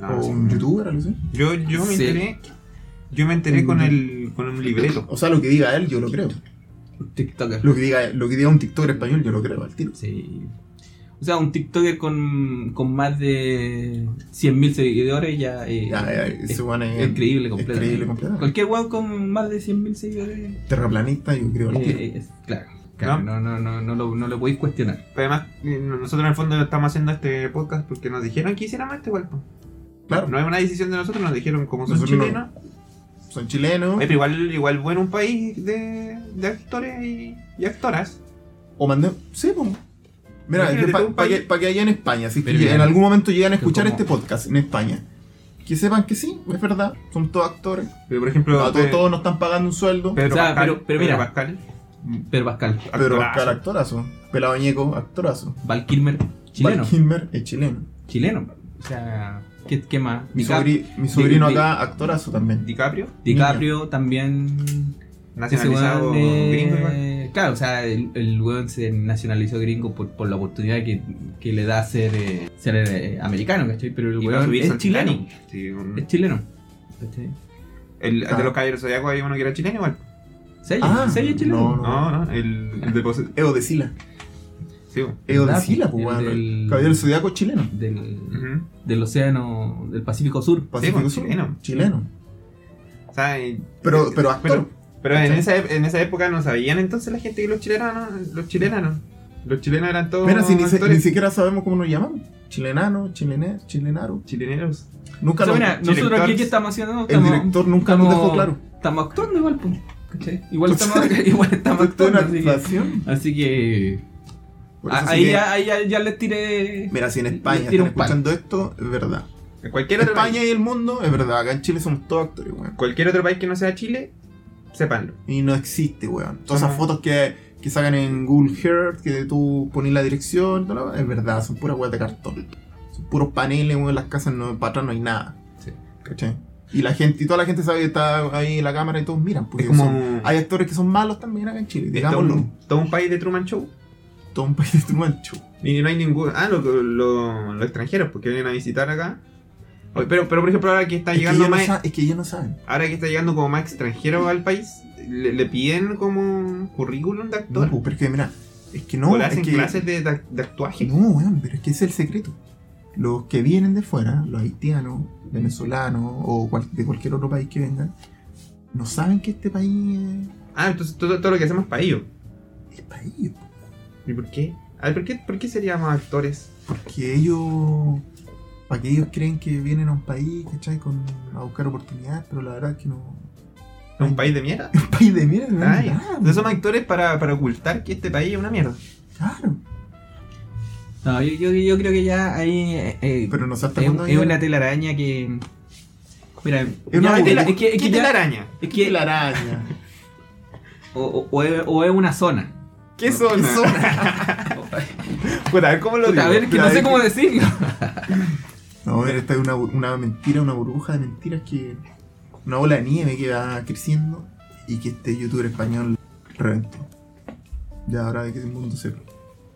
Speaker 2: Ah,
Speaker 4: No,
Speaker 3: ¿O
Speaker 4: sí.
Speaker 3: un youtuber, algo así?
Speaker 4: Yo, yo me
Speaker 2: Sí.
Speaker 4: enteré. Yo me enteré
Speaker 3: Un-
Speaker 4: con el. con un libreto.
Speaker 3: O sea, lo que diga él, yo lo creo.
Speaker 2: TikToker.
Speaker 3: Lo que diga, lo que diga un TikToker español, yo lo creo al tiro.
Speaker 2: Sí. O sea, un TikToker con, con más de 100.000 seguidores ya, eh,
Speaker 3: Ya, ya,
Speaker 2: es
Speaker 3: ese weón es
Speaker 2: increíble
Speaker 3: es
Speaker 2: completo.
Speaker 3: creíble completamente.
Speaker 2: Cualquier weón con más de 100.000 seguidores.
Speaker 3: Terraplanista, yo creo al tiro.
Speaker 2: eh, es- claro, claro, no, no, no, no, lo, no lo podéis cuestionar.
Speaker 4: Pero además, eh, nosotros en el fondo estamos haciendo este podcast porque nos dijeron que hiciéramos este golpe.
Speaker 3: Claro.
Speaker 4: No es una decisión de nosotros, nos dijeron como son
Speaker 3: Nosotros no.
Speaker 4: chilenos.
Speaker 3: Son chilenos.
Speaker 4: Oye, pero igual, igual bueno un país de, de actores y, y actoras.
Speaker 3: O mandemos. Sí, pues. Mira,
Speaker 4: Imagínate tú
Speaker 3: para
Speaker 4: un país-
Speaker 3: que, pa que allá en España, si es que
Speaker 2: Pero mira,
Speaker 3: en algún momento llegan a escuchar
Speaker 2: como-
Speaker 3: este podcast en España, que sepan que sí, es verdad, son todos actores.
Speaker 4: Pero por ejemplo,
Speaker 3: A
Speaker 4: Pe-
Speaker 3: todos, todos nos están pagando un sueldo,
Speaker 4: Pedro
Speaker 2: O sea,
Speaker 4: Pascal,
Speaker 2: pero- pero mira.
Speaker 4: Pedro Pascal,
Speaker 2: Pero Pascal,
Speaker 3: pero
Speaker 4: actorazo.
Speaker 3: Pascal, actorazo. Pelado Ñeco, actorazo.
Speaker 2: Val Kilmer, chileno.
Speaker 3: Val Kilmer es chileno.
Speaker 2: chileno. O sea, ¿qué, qué más?
Speaker 3: Mi,
Speaker 2: Dicap-
Speaker 3: sobri- mi sobrino
Speaker 2: Di- Di-
Speaker 3: acá, actorazo también.
Speaker 4: DiCaprio,
Speaker 2: DiCaprio también. Ese
Speaker 4: nacionalizado
Speaker 2: weón, eh,
Speaker 4: gringo igual.
Speaker 2: Claro, o sea, el, el weón se nacionalizó gringo por, por la oportunidad que, que le da ser, eh, ser eh, americano, ¿cachai? Pero el
Speaker 4: Y va a
Speaker 2: weón
Speaker 4: subirse
Speaker 2: es
Speaker 4: al
Speaker 2: chileno.
Speaker 4: Titanic. Sí, un-
Speaker 2: Es chileno. ¿Cachai?
Speaker 4: el,
Speaker 3: Ah.
Speaker 4: De los caballeros zodiacos había uno que era chileno igual.
Speaker 2: ¿Sello?
Speaker 3: Ah,
Speaker 2: ¿Sello es chileno?
Speaker 3: no,
Speaker 4: No, no, el, el de pose-
Speaker 3: Eo de Sila.
Speaker 4: Sí, weón.
Speaker 3: Eo de
Speaker 2: Ah,
Speaker 3: Sila, pues,
Speaker 2: el
Speaker 3: weón.
Speaker 2: del-
Speaker 3: Caballero Zodiaco es chileno.
Speaker 2: Del,
Speaker 4: Ujú.
Speaker 2: del océano, del Pacífico Sur.
Speaker 3: Pacífico
Speaker 4: pues,
Speaker 3: Sur,
Speaker 4: chileno.
Speaker 3: Chileno.
Speaker 4: O sea, eh,
Speaker 3: Pero, pero actor.
Speaker 4: Pero, pero en, esa, ep- en esa época no sabían entonces la gente que los chilenos, los chilenos, los chilenos eran todos
Speaker 3: Mira, si ni, se- ni
Speaker 4: actores
Speaker 3: siquiera sabemos cómo nos llamamos. Chilenano, chilenés, chilenaro.
Speaker 4: chileneros.
Speaker 3: Nunca
Speaker 2: O sea,
Speaker 3: nos-
Speaker 2: mira, nosotros
Speaker 4: director-
Speaker 2: aquí ¿qué estamos haciendo?
Speaker 3: El
Speaker 2: Estamos,
Speaker 3: director nunca nos
Speaker 2: estamos-
Speaker 3: dejó claro.
Speaker 2: Estamos actuando igual, pues, ¿cachai? Igual
Speaker 3: O sea,
Speaker 2: estamos, [laughs] igual [laughs]
Speaker 3: [laughs]
Speaker 2: estamos
Speaker 3: Esto es
Speaker 2: actuando.
Speaker 3: una
Speaker 2: Así que,
Speaker 3: actuación.
Speaker 2: así que
Speaker 3: Por eso
Speaker 2: a-
Speaker 3: sí
Speaker 2: ahí,
Speaker 3: que-
Speaker 2: ya, ahí ya, ya les tiré.
Speaker 3: Mira, si en España
Speaker 2: Tira
Speaker 3: están
Speaker 2: un palo.
Speaker 3: escuchando esto, es verdad.
Speaker 4: En cualquier
Speaker 3: En
Speaker 4: otro,
Speaker 3: España
Speaker 4: país,
Speaker 3: y el mundo, es verdad. Acá en Chile somos todos actores, weón.
Speaker 4: cualquier otro país que no sea Chile, sépanlo.
Speaker 3: Y no existe, weón. Todas esas
Speaker 4: Somos-
Speaker 3: fotos que, que sacan en Google Earth, que tú pones la dirección, toda la- es verdad, son puras weas de cartón. Son puros paneles, weón. en Las casas no, para atrás no hay nada.
Speaker 2: Sí.
Speaker 3: ¿Cachai? Y la gente, y toda la gente sabe que está ahí en la cámara y todos miran. Porque
Speaker 4: Es como-
Speaker 3: son- hay actores que son malos también acá en Chile,
Speaker 4: Es Todo
Speaker 3: digámoslo.
Speaker 4: un, todo un país de Truman Show.
Speaker 3: Todo un país de Truman Show.
Speaker 4: Y no hay ningún. Ah, los lo, lo- los extranjeros, porque vienen a visitar acá. Oye, pero, pero por ejemplo, ahora que está
Speaker 3: Es que
Speaker 4: llegando
Speaker 3: ellos no
Speaker 4: más.
Speaker 3: sa- es que ellos no saben.
Speaker 4: Ahora que está llegando como más extranjero al país, le, le piden como currículum de
Speaker 3: No,
Speaker 4: actor.
Speaker 3: pues, pero es que, mira, es que no.
Speaker 4: o le
Speaker 3: es
Speaker 4: hacen
Speaker 3: que-
Speaker 4: clases de, de- de actuaje.
Speaker 3: No, weón, pero es que ese es el secreto. Los que vienen de fuera, los haitianos, venezolanos o cual- de cualquier otro país que vengan, no saben que este país
Speaker 4: Ah, entonces todo, todo lo que hacemos es para ellos.
Speaker 3: es el país. po.
Speaker 4: ¿Y por qué? A ver, ¿por qué, por qué seríamos actores?
Speaker 3: Porque ellos. Para que ellos creen que vienen a un país, ¿cachai? Con, a buscar oportunidades, pero la verdad es que no. [laughs]
Speaker 4: ¿Es un país de mierda?
Speaker 3: Un país de mierda, no hay
Speaker 4: Ay,
Speaker 3: nada,
Speaker 4: entonces somos actores para, para ocultar que este país es una mierda.
Speaker 3: Claro.
Speaker 2: No, yo, yo, yo creo que ya ahí. eh, eh,
Speaker 3: Pero no hasta
Speaker 2: es,
Speaker 3: cuando.
Speaker 2: es una telaraña que. Mira, ya,
Speaker 3: una
Speaker 2: es,
Speaker 3: tela-
Speaker 2: es que, es
Speaker 4: ¿Qué
Speaker 2: que
Speaker 4: es
Speaker 2: ya-
Speaker 4: la araña?
Speaker 2: es que-
Speaker 3: la araña.
Speaker 2: [laughs] o, o- o es, o es una zona.
Speaker 4: ¿Qué son?
Speaker 3: ¿Qué
Speaker 4: [laughs]
Speaker 3: zona?
Speaker 4: Bueno, a ver cómo lo
Speaker 2: Puta, a
Speaker 4: digo.
Speaker 2: ver, que no
Speaker 3: Claro,
Speaker 2: sé
Speaker 3: es
Speaker 2: cómo decirlo.
Speaker 3: No, pero esta es una, bu- una mentira, una burbuja de mentiras que. Una bola de nieve que va creciendo y que este youtuber español reventó. Ya ahora de que el mundo sepa.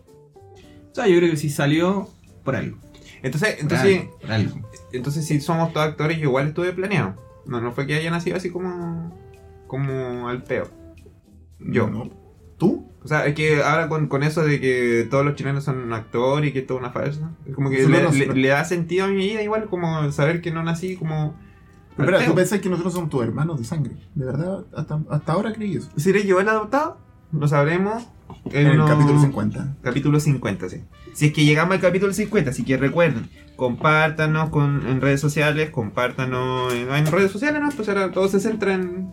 Speaker 2: O sea, yo creo que si salió por algo.
Speaker 4: Entonces,
Speaker 2: por
Speaker 4: entonces,
Speaker 2: algo, por algo.
Speaker 4: entonces si somos todos actores, yo igual estuve planeado. No, no fue que haya nacido así como, como al peo. Yo.
Speaker 3: No. ¿Tú?
Speaker 4: O sea, es que ahora con, con eso de que todos los chilenos son actores y que es toda una farsa, es como que
Speaker 3: Nosotros
Speaker 4: le,
Speaker 3: no-
Speaker 4: le- le da sentido a mi vida igual como saber que no nací como... al
Speaker 3: Pero espera,
Speaker 4: peo.
Speaker 3: tú pensás que nosotros somos tus hermanos de sangre. De verdad, hasta, hasta ahora creí eso.
Speaker 4: ¿Seré yo el adoptado? Lo sabremos
Speaker 3: En el
Speaker 4: unos-
Speaker 3: capítulo 50.
Speaker 4: Capítulo 50, sí. Si es que llegamos al capítulo 50, así que recuerden, compártanos con, en redes sociales, compártanos en, en redes sociales, ¿no? Pues ahora todo se centra en,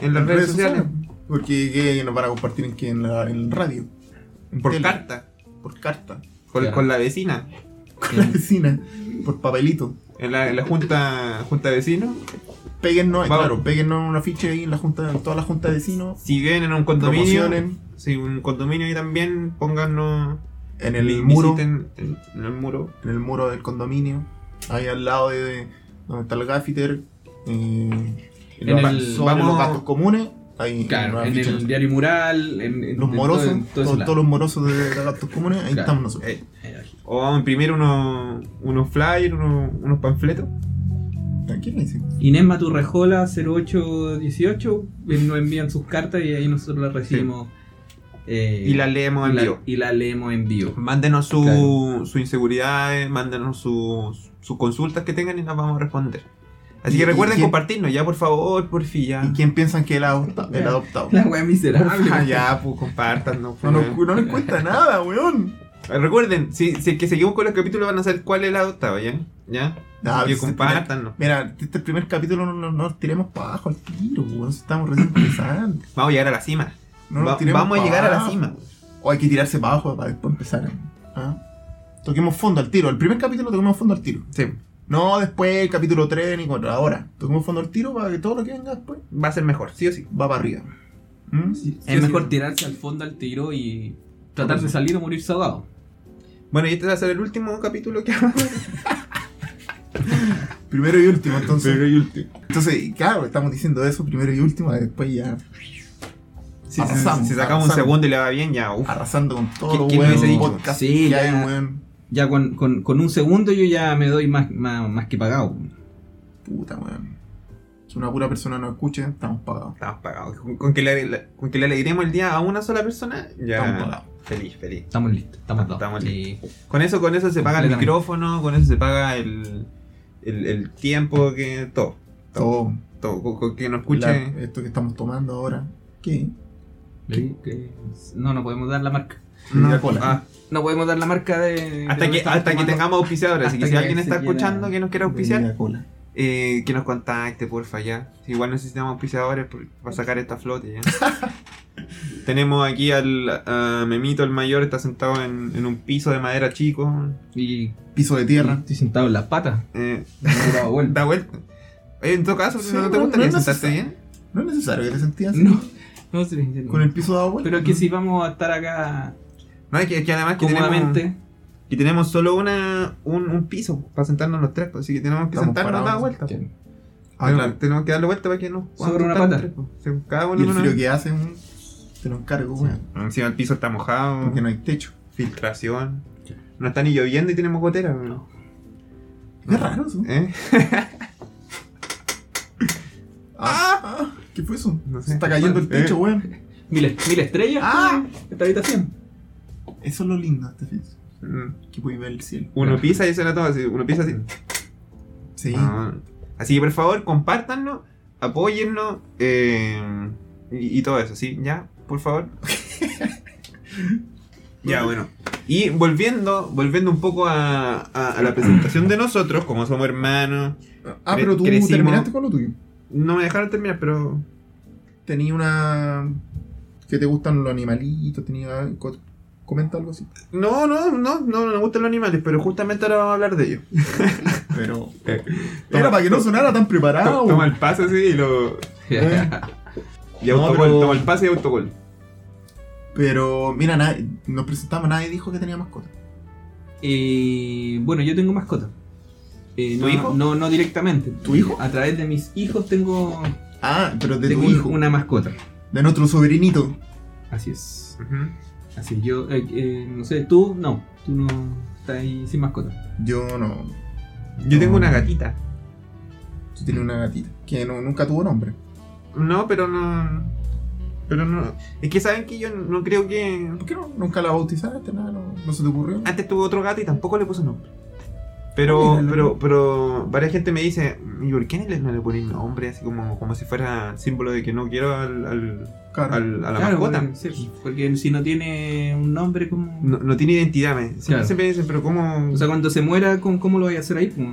Speaker 4: en las redes, sociales.
Speaker 3: Porque ¿qué nos van a compartir en, qué? en, la, en radio. En
Speaker 4: Por
Speaker 3: tele.
Speaker 4: carta,
Speaker 3: Por carta.
Speaker 4: con,
Speaker 2: Claro.
Speaker 4: con la vecina,
Speaker 3: Con [laughs] la vecina. Por papelito.
Speaker 4: en la, en la junta, junta de vecinos.
Speaker 3: Péguennos,
Speaker 4: Vamos.
Speaker 3: claro, péguennos un afiche ahí en la junta, en toda la junta de vecinos.
Speaker 4: Si viven en un condominio,
Speaker 3: Promocionen.
Speaker 4: si un condominio y también pónganos
Speaker 3: En el
Speaker 4: vi-
Speaker 3: muro.
Speaker 4: visiten en, en el muro.
Speaker 3: en el muro del condominio, ahí al lado de, de donde está el gaffiter, eh,
Speaker 2: En
Speaker 3: los ba-
Speaker 2: el-
Speaker 3: sobre
Speaker 4: vamos-
Speaker 3: los gastos comunes, ahí
Speaker 2: Claro,
Speaker 3: nos
Speaker 2: en
Speaker 3: afichan.
Speaker 2: el diario mural, en, en-
Speaker 3: los
Speaker 2: en
Speaker 3: morosos,
Speaker 2: todo- en todo
Speaker 3: todos,
Speaker 2: ese lado.
Speaker 3: todos los morosos de, de gastos comunes, ahí
Speaker 2: Claro.
Speaker 3: estamos nosotros.
Speaker 4: Eh, o vamos a imprimir unos, unos flyers, unos, unos panfletos.
Speaker 3: ¿A quién le dicen?
Speaker 2: Inés Maturrejola 0818 eh, nos envían sus cartas y ahí nosotros las recibimos eh,
Speaker 4: Y la leemos en
Speaker 2: y la-
Speaker 4: vivo.
Speaker 2: Y la leemos en vivo.
Speaker 4: Mándenos su,
Speaker 2: Claro.
Speaker 4: su inseguridad, eh, mándenos sus sus consultas que tengan y las vamos a responder. Así
Speaker 3: ¿Y-
Speaker 4: que
Speaker 3: y
Speaker 4: recuerden
Speaker 3: quién-
Speaker 4: compartirnos ya, por favor, por fin, ya.
Speaker 3: ¿Y quién piensan que el, adopta- el adoptado?
Speaker 2: La wea
Speaker 4: [laughs]
Speaker 2: miserable.
Speaker 4: Ah, ya, pues compártanos.
Speaker 3: No
Speaker 2: [laughs]
Speaker 4: pues. Eh,
Speaker 3: nos, cu- no nos cuesta nada, weón.
Speaker 4: Recuerden, si, si es que seguimos con los capítulos van a saber cuál es la octava, ¿ya? ¿Ya?
Speaker 3: Ya,
Speaker 4: Así que
Speaker 3: pues,
Speaker 4: compártanos.
Speaker 3: Mira, este primer capítulo no, no- no nos tiremos para abajo al tiro, weón. Estamos recién empezando.
Speaker 4: Vamos a llegar a la cima.
Speaker 3: No nos
Speaker 4: Va-
Speaker 3: tiremos
Speaker 4: vamos a
Speaker 3: pa'
Speaker 4: llegar a la
Speaker 3: abajo.
Speaker 4: cima.
Speaker 3: O hay que tirarse para abajo para después empezar. ¿ah? Toquemos fondo al tiro. El primer capítulo toquemos fondo al tiro.
Speaker 4: Sí,
Speaker 3: No después el capítulo 3 ni 4. Ahora, toquemos fondo al tiro para que todo lo que venga después
Speaker 4: va a ser mejor, sí o sí.
Speaker 3: va para arriba. ¿Mm?
Speaker 2: es mejor tirarse al fondo al tiro y tratar de salir o morir ahogado.
Speaker 4: Bueno, y este va a ser el último capítulo que
Speaker 3: Primero y último, entonces.
Speaker 4: y último.
Speaker 3: Entonces, claro, estamos diciendo eso primero y último, después ya
Speaker 4: Si,
Speaker 3: Arrasamos,
Speaker 4: si
Speaker 3: arrasamos.
Speaker 4: sacamos un segundo y le va bien, ya, uff.
Speaker 3: arrasando con todo
Speaker 4: ¿Qui-
Speaker 3: lo
Speaker 4: quién
Speaker 3: bueno
Speaker 4: hubiese
Speaker 3: del
Speaker 4: dicho?
Speaker 3: podcast.
Speaker 2: Sí,
Speaker 3: que
Speaker 2: ya.
Speaker 3: hay, weón.
Speaker 2: Ya con, con- con un segundo yo ya me doy más, más, más que pagado.
Speaker 3: Puta, weón. Si una pura persona no escuche, estamos pagados.
Speaker 4: Estamos pagados. Con, con que le, la- con que le alegremos el día a una sola persona,
Speaker 3: Estamos
Speaker 4: ya.
Speaker 3: pagados.
Speaker 4: Feliz, feliz.
Speaker 2: Estamos listos, estamos dados.
Speaker 4: Estamos
Speaker 2: Sí.
Speaker 4: Con eso, con eso se paga el
Speaker 2: Completamente.
Speaker 4: micrófono, con eso se paga el, el, el tiempo que. todo.
Speaker 3: Todo.
Speaker 4: Todo. Con, con que
Speaker 3: La-
Speaker 4: nos escuche.
Speaker 3: esto que estamos tomando ahora. ¿Qué?
Speaker 2: Sí, que- No, no podemos dar la marca.
Speaker 4: No,
Speaker 3: la cola.
Speaker 4: ah,
Speaker 2: No podemos dar la marca de. de
Speaker 4: hasta
Speaker 2: lo
Speaker 4: que,
Speaker 2: estamos
Speaker 4: hasta que
Speaker 2: tomando.
Speaker 4: tengamos auspiciadores. Así
Speaker 2: Hasta
Speaker 4: que si
Speaker 2: que
Speaker 4: alguien
Speaker 2: se
Speaker 4: está
Speaker 2: quiera-
Speaker 4: escuchando que nos quiera auspiciar,
Speaker 3: Bebida cola.
Speaker 4: eh, que nos contacte, porfa, ya. Si igual necesitamos auspiciadores por- para sacar esta flote, ya.
Speaker 2: [laughs]
Speaker 4: Tenemos aquí al a Memito, el mayor, está sentado en, en un piso de madera chico.
Speaker 2: Y
Speaker 3: Piso de tierra.
Speaker 2: Estoy sentado en las patas.
Speaker 4: Eh,
Speaker 2: me he dado
Speaker 4: [laughs]
Speaker 2: vuelta.
Speaker 4: da vuelta. Oye, en todo caso,
Speaker 3: Sí,
Speaker 4: ¿no te
Speaker 3: no,
Speaker 4: gustaría
Speaker 3: no es
Speaker 4: sentarte bien?
Speaker 3: No es necesario que te sentías así.
Speaker 2: No, no se les
Speaker 3: Con el piso dado vuelta.
Speaker 2: Pero es que si vamos a estar acá
Speaker 4: No, es que, es que además que tenemos,
Speaker 2: cómodamente,
Speaker 4: que tenemos solo una, un, un piso para sentarnos los tres, pues, así que tenemos que
Speaker 3: Estamos
Speaker 4: sentarnos
Speaker 3: parados.
Speaker 4: da vuelta.
Speaker 2: que-
Speaker 3: Ah, claro.
Speaker 4: Tenemos que darle vuelta para que no.
Speaker 2: Sobre una
Speaker 4: juntar los
Speaker 2: pata.
Speaker 4: tres, pues. Sí, Cada uno
Speaker 3: Y el
Speaker 4: una-
Speaker 3: frío que hace, weón, te lo encargo, weón.
Speaker 4: Encima el piso está mojado.
Speaker 3: Porque no hay techo.
Speaker 4: filtración. No está ni lloviendo y tenemos gotera. weón.
Speaker 2: No.
Speaker 3: Qué raro eso.
Speaker 4: ¿Eh?
Speaker 3: Ah, ¿Qué fue eso?
Speaker 4: No sé.
Speaker 3: Se está cayendo el techo,
Speaker 4: Eh.
Speaker 3: weón.
Speaker 2: mil, est- mil estrellas
Speaker 3: Ah.
Speaker 2: pues, esta habitación.
Speaker 3: Eso es lo lindo de este piso.
Speaker 4: Mm.
Speaker 3: Que pude ver el cielo.
Speaker 4: Uno pisa y suena todo así. Uno pisa así.
Speaker 3: Sí.
Speaker 4: Ah. Así que por favor, compártanlo, apóyennos eh, y, y todo eso, ¿sí? ¿Ya? Por favor. [laughs] ya, bueno. Y volviendo, volviendo un poco a, a- a la presentación de nosotros, como somos hermanos.
Speaker 3: Ah, pero tú
Speaker 4: Crecimos.
Speaker 3: terminaste con lo tuyo.
Speaker 4: No me dejaron terminar, pero
Speaker 3: Tenía una. que te gustan los animalitos, tenía. co- comenta algo así.
Speaker 4: No, no, no, no, no me gustan los animales, pero justamente ahora vamos a hablar de ellos.
Speaker 3: Pero.
Speaker 4: Eh,
Speaker 3: Era para que no sonara tan preparado.
Speaker 4: To- Toma el pase así y lo.
Speaker 3: Eh.
Speaker 4: Y
Speaker 3: No,
Speaker 4: autogol,
Speaker 3: pero-
Speaker 4: toma el pase y autogol.
Speaker 3: Pero, mira, nadie- nos presentamos, nadie dijo que tenía mascota.
Speaker 2: Eh, bueno, yo tengo mascota. Eh,
Speaker 4: ¿Tu
Speaker 2: no,
Speaker 4: hijo?
Speaker 2: No, no directamente. Eh,
Speaker 3: ¿Tu hijo?
Speaker 2: A través de mis hijos tengo,
Speaker 3: Ah, pero de
Speaker 2: tengo
Speaker 3: tu hijo.
Speaker 2: una mascota.
Speaker 3: De nuestro sobrinito.
Speaker 2: Así es. Así yo, eh, eh, no sé, tú no. Tú no estás ahí sin mascota.
Speaker 3: Yo no.
Speaker 4: Yo tengo una gatita.
Speaker 3: Yo tenía una gatita. Que no- nunca tuvo nombre.
Speaker 4: No, pero no. Pero no. Es que saben que yo no creo que.
Speaker 3: ¿Por qué no? Nunca la bautizaste, nada, no, no se te ocurrió.
Speaker 4: Antes tuve otro gato y tampoco le puse nombre. Pero,
Speaker 3: Míralo.
Speaker 4: pero, pero, varias gente me dice, ¿y por qué no le ponen nombre? Así como, como si fuera símbolo de que no quiero al, al-
Speaker 3: Claro.
Speaker 4: Ah, al- a la mascota.
Speaker 2: porque, sí, porque si no tiene un nombre como...
Speaker 4: No, no tiene identidad, me. Siempre,
Speaker 2: Claro.
Speaker 4: siempre dicen, pero ¿cómo?
Speaker 2: O sea, cuando se muera, ¿cómo, cómo lo vaya a hacer ahí? pues?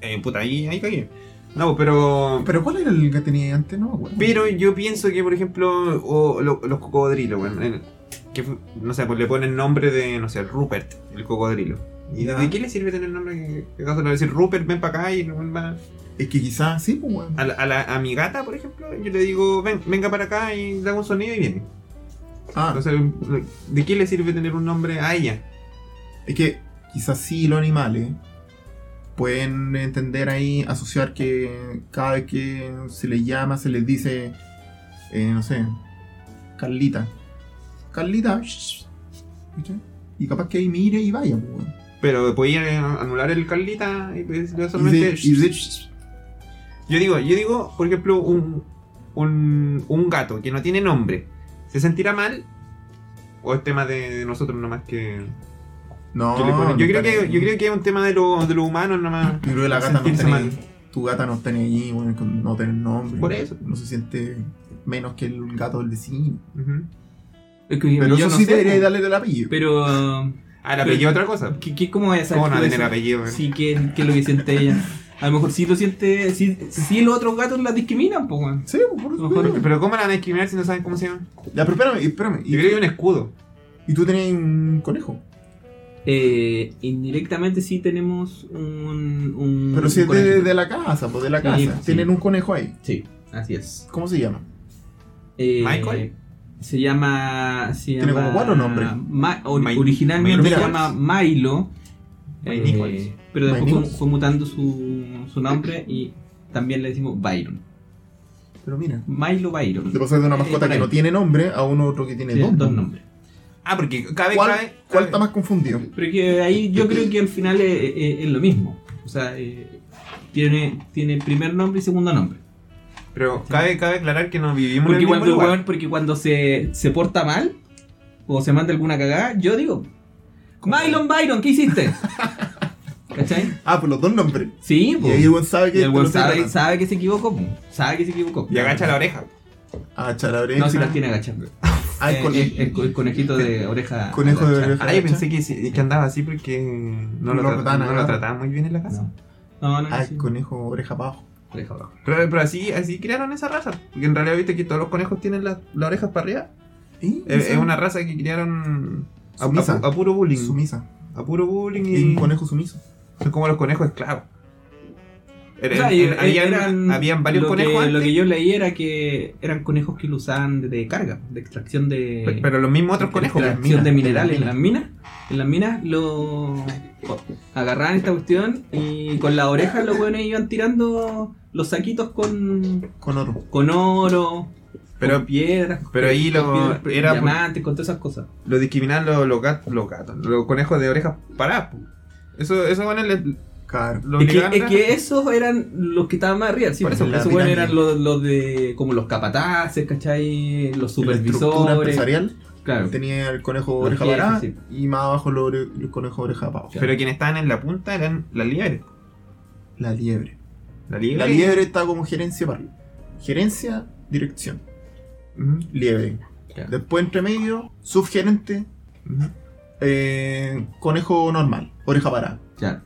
Speaker 4: Eh, puta, ahí, ahí cagué. No, pero.
Speaker 3: Pero ¿cuál era el que tenía antes? No me acuerdo.
Speaker 4: Pero yo pienso que, por ejemplo, o lo- los cocodrilos,
Speaker 3: Mm.
Speaker 4: weón, en- que fu- no sé, pues le ponen nombre de, no sé, Rupert, el cocodrilo. ¿Y
Speaker 3: Ya.
Speaker 4: de qué le sirve tener nombre? que- que acaso le va a decir Rupert, ven para acá? Y el weón va-
Speaker 3: Es que quizás sí, pues, weón.
Speaker 4: a, la- a la- a mi gata, por ejemplo, yo le digo, ven, venga para acá y le hago un sonido y viene.
Speaker 3: Ah,
Speaker 4: Entonces, lo- ¿de qué le sirve tener un nombre a ella?
Speaker 3: Es que quizás sí los animales pueden entender ahí, asociar que cada vez que se les llama, se les dice, eh, no sé, Carlita. Carlita. shh, ¿cachai? Y capaz que ahí mire y vaya, pues, weón.
Speaker 4: Pero podía anular el Carlita y pues, yo
Speaker 3: Y
Speaker 4: solamente...
Speaker 3: de- y de- shh,
Speaker 4: Yo digo, yo digo, por ejemplo, un, un, un gato que no tiene nombre, ¿se sentirá mal? ¿O es tema de, de nosotros nomás que,
Speaker 3: No,
Speaker 4: que le ponen? Yo,
Speaker 3: no
Speaker 4: creo
Speaker 3: está
Speaker 4: que,
Speaker 3: ni-
Speaker 4: yo creo que es un tema de, lo, de los humanos nomás.
Speaker 3: Yo creo que la gata no
Speaker 4: sentirse
Speaker 3: está ni-
Speaker 4: mal.
Speaker 3: Tu gata no está ni allí, bueno, con no tener nombre.
Speaker 4: Por eso.
Speaker 3: No se siente menos que el gato del vecino.
Speaker 4: Ujú.
Speaker 2: Es que
Speaker 3: Pero
Speaker 2: yo
Speaker 3: eso
Speaker 2: no
Speaker 3: sí
Speaker 2: sé,
Speaker 3: debería
Speaker 2: pues.
Speaker 3: darle el apellido.
Speaker 2: Pero.
Speaker 4: Ah, el apellido es otra cosa.
Speaker 2: ¿qué, qué, ¿Cómo es
Speaker 4: ¿Cómo no va a tener apellido? eh?
Speaker 2: Sí, ¿qué, qué es lo que siente ella? A lo mejor sí lo siente. Sí, sí los otros gatos la discriminan, pues, weón.
Speaker 3: Sí, por eso.
Speaker 2: Ojo,
Speaker 3: digo.
Speaker 4: Pero ¿cómo la van a discriminar si no saben cómo se llama?
Speaker 3: Ya, pero espérame, espérame.
Speaker 4: Yo
Speaker 3: ¿Y,
Speaker 4: creo que hay un escudo.
Speaker 3: y tú tenías un conejo.
Speaker 2: Eh, indirectamente sí tenemos un. un
Speaker 3: Pero si es
Speaker 2: conejito.
Speaker 3: de, de la casa, pues de la
Speaker 2: Sí,
Speaker 3: casa.
Speaker 2: sí.
Speaker 3: Tienen un conejo ahí.
Speaker 2: Sí, así es.
Speaker 3: ¿Cómo se llama?
Speaker 2: Eh,
Speaker 4: ¿Michael?
Speaker 2: Se llama. Se
Speaker 3: Tiene
Speaker 2: llama-
Speaker 3: como cuatro nombres.
Speaker 2: Ma- or-
Speaker 4: Mi-
Speaker 2: originalmente
Speaker 3: Mike
Speaker 2: se
Speaker 3: Nichols.
Speaker 2: llama Milo.
Speaker 4: Mike
Speaker 2: eh,
Speaker 4: Nichols.
Speaker 2: pero después
Speaker 3: Mike
Speaker 2: fue,
Speaker 3: Nichols.
Speaker 2: fue mutando su, su nombre y también le decimos Byron.
Speaker 3: Pero mira.
Speaker 2: Milo
Speaker 3: Te
Speaker 2: Byron.
Speaker 3: pasas de una
Speaker 2: Eh,
Speaker 3: mascota
Speaker 2: por
Speaker 3: que
Speaker 2: ahí.
Speaker 3: no tiene nombre a uno otro que tiene
Speaker 2: Sí,
Speaker 3: dos.
Speaker 2: dos nombres.
Speaker 4: Ah, porque cabe,
Speaker 3: ¿Cuál,
Speaker 4: cabe-
Speaker 3: cuál
Speaker 4: cabe-
Speaker 3: está más confundido?
Speaker 2: Pero que ahí yo creo que al final es, es- es lo mismo. O sea, eh, tiene, tiene primer nombre y segundo nombre.
Speaker 4: Pero cabe, cabe aclarar que no vivimos en
Speaker 2: Porque
Speaker 4: el mismo
Speaker 2: cuando, el
Speaker 4: lugar.
Speaker 2: weón- porque cuando se, se porta mal o se manda alguna cagada, yo digo, Mylon Byron, ¿qué
Speaker 4: [laughs]
Speaker 2: hiciste? ¿Cachai?
Speaker 3: Ah, pues los dos nombres.
Speaker 2: Sí, po.
Speaker 3: Y ahí el buen sabe que.
Speaker 2: Y el weón
Speaker 3: que no se
Speaker 2: sabe,
Speaker 3: tratan.
Speaker 2: sabe que se equivocó, po. sabe que se equivocó.
Speaker 4: Y agacha la oreja.
Speaker 3: Ah, chalabre.
Speaker 2: No, si las tiene agachas.
Speaker 3: Ah,
Speaker 2: Eh,
Speaker 3: el
Speaker 2: es-
Speaker 3: conejo.
Speaker 2: es co- el conejito de oreja.
Speaker 3: Conejo de
Speaker 2: agachada.
Speaker 3: oreja.
Speaker 4: Ah, yo pensé que, sí- que andaba así porque no
Speaker 3: No
Speaker 4: lo,
Speaker 3: lo
Speaker 4: tra-
Speaker 3: trataban
Speaker 4: no lo
Speaker 3: acá.
Speaker 4: trataban muy bien en la casa.
Speaker 2: No, no, no.
Speaker 3: Ah,
Speaker 2: sí.
Speaker 3: el conejo oreja abajo.
Speaker 2: Oreja abajo.
Speaker 4: Pero, pero así, así crearon esa raza. Porque en realidad viste que todos los conejos tienen las las orejas para arriba.
Speaker 2: Eh,
Speaker 4: Eh,
Speaker 3: ¿Y?
Speaker 4: Es, es una raza que crearon a,
Speaker 3: Sumisa.
Speaker 4: a- a puro bullying.
Speaker 3: sumisa.
Speaker 4: A puro bullying
Speaker 3: Es un
Speaker 4: y
Speaker 3: conejo sumiso.
Speaker 4: son como los conejos esclavos. Era-
Speaker 2: O sea,
Speaker 4: era-
Speaker 2: eh,
Speaker 4: habían,
Speaker 2: eran-
Speaker 4: habían varios
Speaker 2: lo
Speaker 4: conejos
Speaker 2: Que,
Speaker 4: antes,
Speaker 2: lo que yo leí era que eran conejos que lo usaban de carga, de extracción de.
Speaker 4: pe- pero los mismos otros
Speaker 2: de
Speaker 4: conejos. pues, las
Speaker 2: Extracción
Speaker 4: minas.
Speaker 2: de minerales en las minas. En las minas lo agarraban esta cuestión y con las orejas los buenos iban tirando los saquitos con,
Speaker 3: Con oro.
Speaker 2: con oro,
Speaker 4: Pero,
Speaker 2: con piedras,
Speaker 4: pero ahí
Speaker 2: con
Speaker 4: lo,
Speaker 2: piedras,
Speaker 4: era por-
Speaker 2: diamantes, con todas esas cosas.
Speaker 4: lo discriminaban los, los gatos, los gatos, los conejos de orejas paradas. po. Eso, eso bueno, les,
Speaker 3: Claro.
Speaker 4: lo
Speaker 2: Es que,
Speaker 4: obligaban
Speaker 2: es
Speaker 4: a-
Speaker 2: que esos eran los que estaban más arriba, sí,
Speaker 4: Por eso,
Speaker 2: porque
Speaker 3: la
Speaker 2: esos buenos
Speaker 3: pirámide.
Speaker 2: eran los, los de como los capataces, ¿cachai? Los
Speaker 3: La estructura
Speaker 2: supervisores.
Speaker 3: empresarial
Speaker 2: Claro.
Speaker 3: tenía el conejo
Speaker 2: Los
Speaker 3: oreja
Speaker 2: jefes,
Speaker 3: parada
Speaker 2: sí.
Speaker 3: y más abajo los ore- el conejo oreja abajo.
Speaker 4: Pero quienes estaban en la punta eran las liebres.
Speaker 3: La liebre.
Speaker 4: La liebre.
Speaker 3: La liebre está como gerencia para arriba. Gerencia, dirección.
Speaker 4: Ujú,
Speaker 3: Liebre.
Speaker 2: Claro.
Speaker 3: Después entre medio, subgerente,
Speaker 4: ujú.
Speaker 3: eh, conejo normal, oreja parada.
Speaker 2: Claro.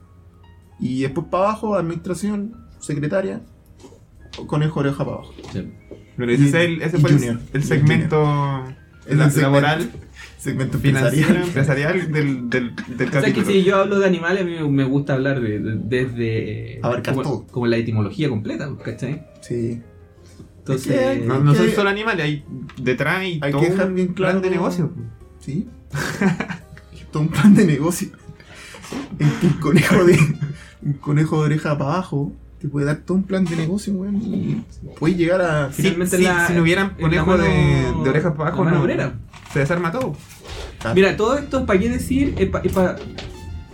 Speaker 3: Y después para abajo, administración, secretaria, conejo oreja para abajo.
Speaker 2: sí.
Speaker 4: Pero ese,
Speaker 3: Y-
Speaker 4: es el- ese
Speaker 3: y
Speaker 4: fue el-
Speaker 3: Junior.
Speaker 4: el segmento
Speaker 3: Es
Speaker 4: la-
Speaker 3: el segmento-
Speaker 4: laboral.
Speaker 3: Segmento
Speaker 4: financiero,
Speaker 3: empresarial.
Speaker 4: empresarial del, del, del
Speaker 2: O sea, que
Speaker 4: capítulo.
Speaker 2: si yo hablo de animales, a mí me- me gusta hablar de- de- desde.
Speaker 3: Abarcar
Speaker 2: como,
Speaker 3: todo.
Speaker 2: como la etimología completa, pues, ¿cachai?
Speaker 3: Sí.
Speaker 2: Entonces. eh,
Speaker 3: Es que-
Speaker 4: No, no son
Speaker 3: que-
Speaker 4: solo animales, hay detrás y
Speaker 3: Hay
Speaker 4: todo
Speaker 3: que dejar bien
Speaker 4: un
Speaker 3: claro-
Speaker 4: plan de negocio.
Speaker 3: Sí. [laughs] Todo un plan de negocio. En que [laughs] un conejo de. Un conejo de oreja para abajo te puede dar todo un plan de negocio, weón. Y puedes llegar a.
Speaker 4: Si-
Speaker 2: Finalmente
Speaker 4: si,
Speaker 2: la-
Speaker 4: si no hubieran
Speaker 2: en la
Speaker 4: conejos de,
Speaker 2: mano-
Speaker 4: de orejas para
Speaker 2: la
Speaker 4: abajo,
Speaker 2: mano
Speaker 4: no- Ah.
Speaker 2: obrera.
Speaker 4: se desarma todo.
Speaker 2: Mira, todo esto, ¿para qué decir? Es para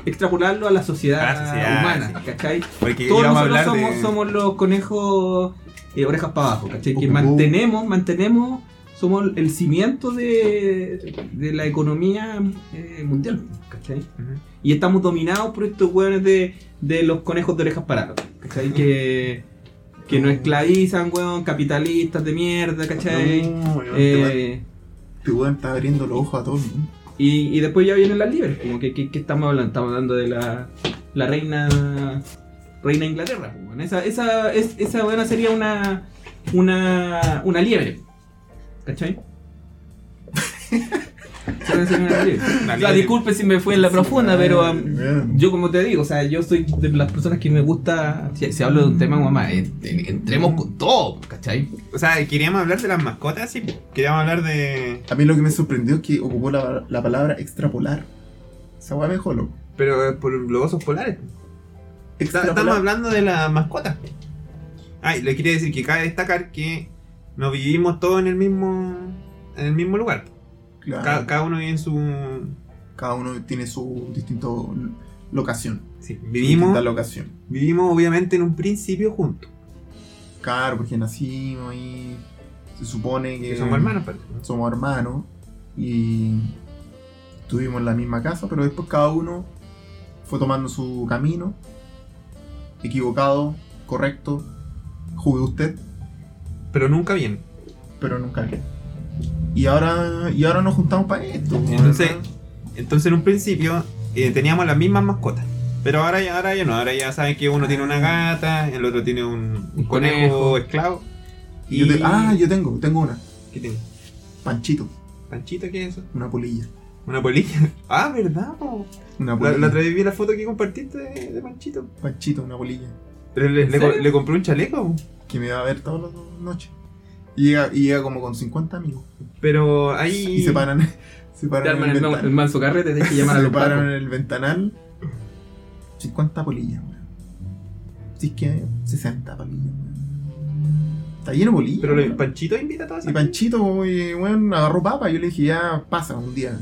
Speaker 2: extrapolarlo a la sociedad,
Speaker 4: A la sociedad,
Speaker 2: humana, ¿cachai?
Speaker 4: Porque
Speaker 2: Todos
Speaker 4: íbamos a
Speaker 2: nosotros
Speaker 4: hablar
Speaker 2: somos,
Speaker 4: de-
Speaker 2: somos los conejos eh, orejas para abajo, ¿cachai? Que
Speaker 3: Ujú.
Speaker 2: mantenemos, mantenemos, somos el cimiento de, de la economía eh, mundial, ¿cachai?
Speaker 4: Ujú.
Speaker 2: Y estamos dominados por estos hueones de, de los conejos de orejas paradas. ¿Cachai? Que, que nos esclavizan, hueón, capitalistas de mierda, ¿cachai?
Speaker 3: No, weón, te va-
Speaker 2: Eh,
Speaker 3: te weón está abriendo los ojos a todo el mundo.
Speaker 2: y, y después ya vienen las libres. Como que, que, que estamos hablando, estamos hablando de la, la reina reina de Inglaterra. pues, hueón. Esa, esa, es- esa hueona sería una, una, una liebre. ¿Cachai?
Speaker 4: [laughs]
Speaker 2: Esa hueona sería una liebre.
Speaker 4: Una
Speaker 2: O sea,
Speaker 4: liebre.
Speaker 2: disculpe si me fue en la profunda, pero... um,
Speaker 3: Weón.
Speaker 2: yo como te digo, o sea, yo soy de las personas que me gusta, si, si hablo de un tema, mamá, en- en- entremos con todo, ¿cachai?
Speaker 4: O sea, queríamos hablar de las mascotas, sí. Queríamos hablar de.
Speaker 3: A mí lo que me sorprendió es que ocupó la, la palabra extrapolar. Esa weá me dejó loco.
Speaker 4: Pero eh, por los osos polares. Está-
Speaker 3: Extrapolar.
Speaker 4: estamos hablando de las mascotas. Ah, y le quería decir que cabe destacar que no vivimos todos en el mismo. en el mismo lugar.
Speaker 2: Ah.
Speaker 3: Claro,
Speaker 4: Ca-
Speaker 3: cada,
Speaker 4: cada uno vive en su.
Speaker 3: uno tiene su distinto locación.
Speaker 4: Sí,
Speaker 3: su
Speaker 4: vivimos,
Speaker 3: distinta locación.
Speaker 4: vivimos obviamente en un principio juntos.
Speaker 3: Claro, porque nacimos y se supone que.
Speaker 2: Mm.
Speaker 4: Que somos hermanos, parece.
Speaker 3: somos hermanos y estuvimos en la misma casa, pero después cada uno fue tomando su camino. Equivocado, correcto, jugué usted,
Speaker 1: Pero nunca bien.
Speaker 3: pero nunca bien. Y ahora, y ahora nos juntamos para esto.
Speaker 1: Entonces,
Speaker 3: ¿verdad?
Speaker 1: entonces en un principio eh, teníamos las mismas mascotas. Pero ahora ya, ahora ya no, ahora ya saben que uno tiene una gata, el otro tiene un,
Speaker 2: Ah. Un
Speaker 1: un conejo,
Speaker 2: conejo.
Speaker 1: esclavo.
Speaker 3: Yo te- ah, yo tengo, tengo una.
Speaker 1: ¿Qué tiene?
Speaker 3: Panchito,
Speaker 1: ¿Panchita qué es eso?
Speaker 3: una polilla.
Speaker 1: ¿Una polilla? [laughs] Ah, ¿verdad? po?
Speaker 3: Una
Speaker 1: La,
Speaker 3: polilla.
Speaker 1: la otra vez vi la foto que compartiste de, de Panchito.
Speaker 3: Panchito, una polilla.
Speaker 1: Pero le,
Speaker 2: ¿En
Speaker 1: le co-
Speaker 2: serio?
Speaker 1: le compré un chaleco.
Speaker 3: Que me va a ver todas las noches. Y llega, y llega como con 50 amigos.
Speaker 1: Pero ahí.
Speaker 3: Y se paran, [laughs] se paran
Speaker 2: Te arman el,
Speaker 3: en el
Speaker 2: ma- el
Speaker 3: ventanal.
Speaker 2: manso carrete, tenés que llamar a
Speaker 3: se [laughs]
Speaker 2: los
Speaker 3: paran
Speaker 2: pacos.
Speaker 3: en el ventanal. 50 polillas, weón. Si es que 60 polillas, weón. Está lleno de polillas.
Speaker 1: Pero lo-
Speaker 3: weón.
Speaker 1: Panchito invita a todas
Speaker 3: Y
Speaker 1: esas-
Speaker 3: Panchito, eh, weón, agarró papa. Yo le dije, ya pasa un día.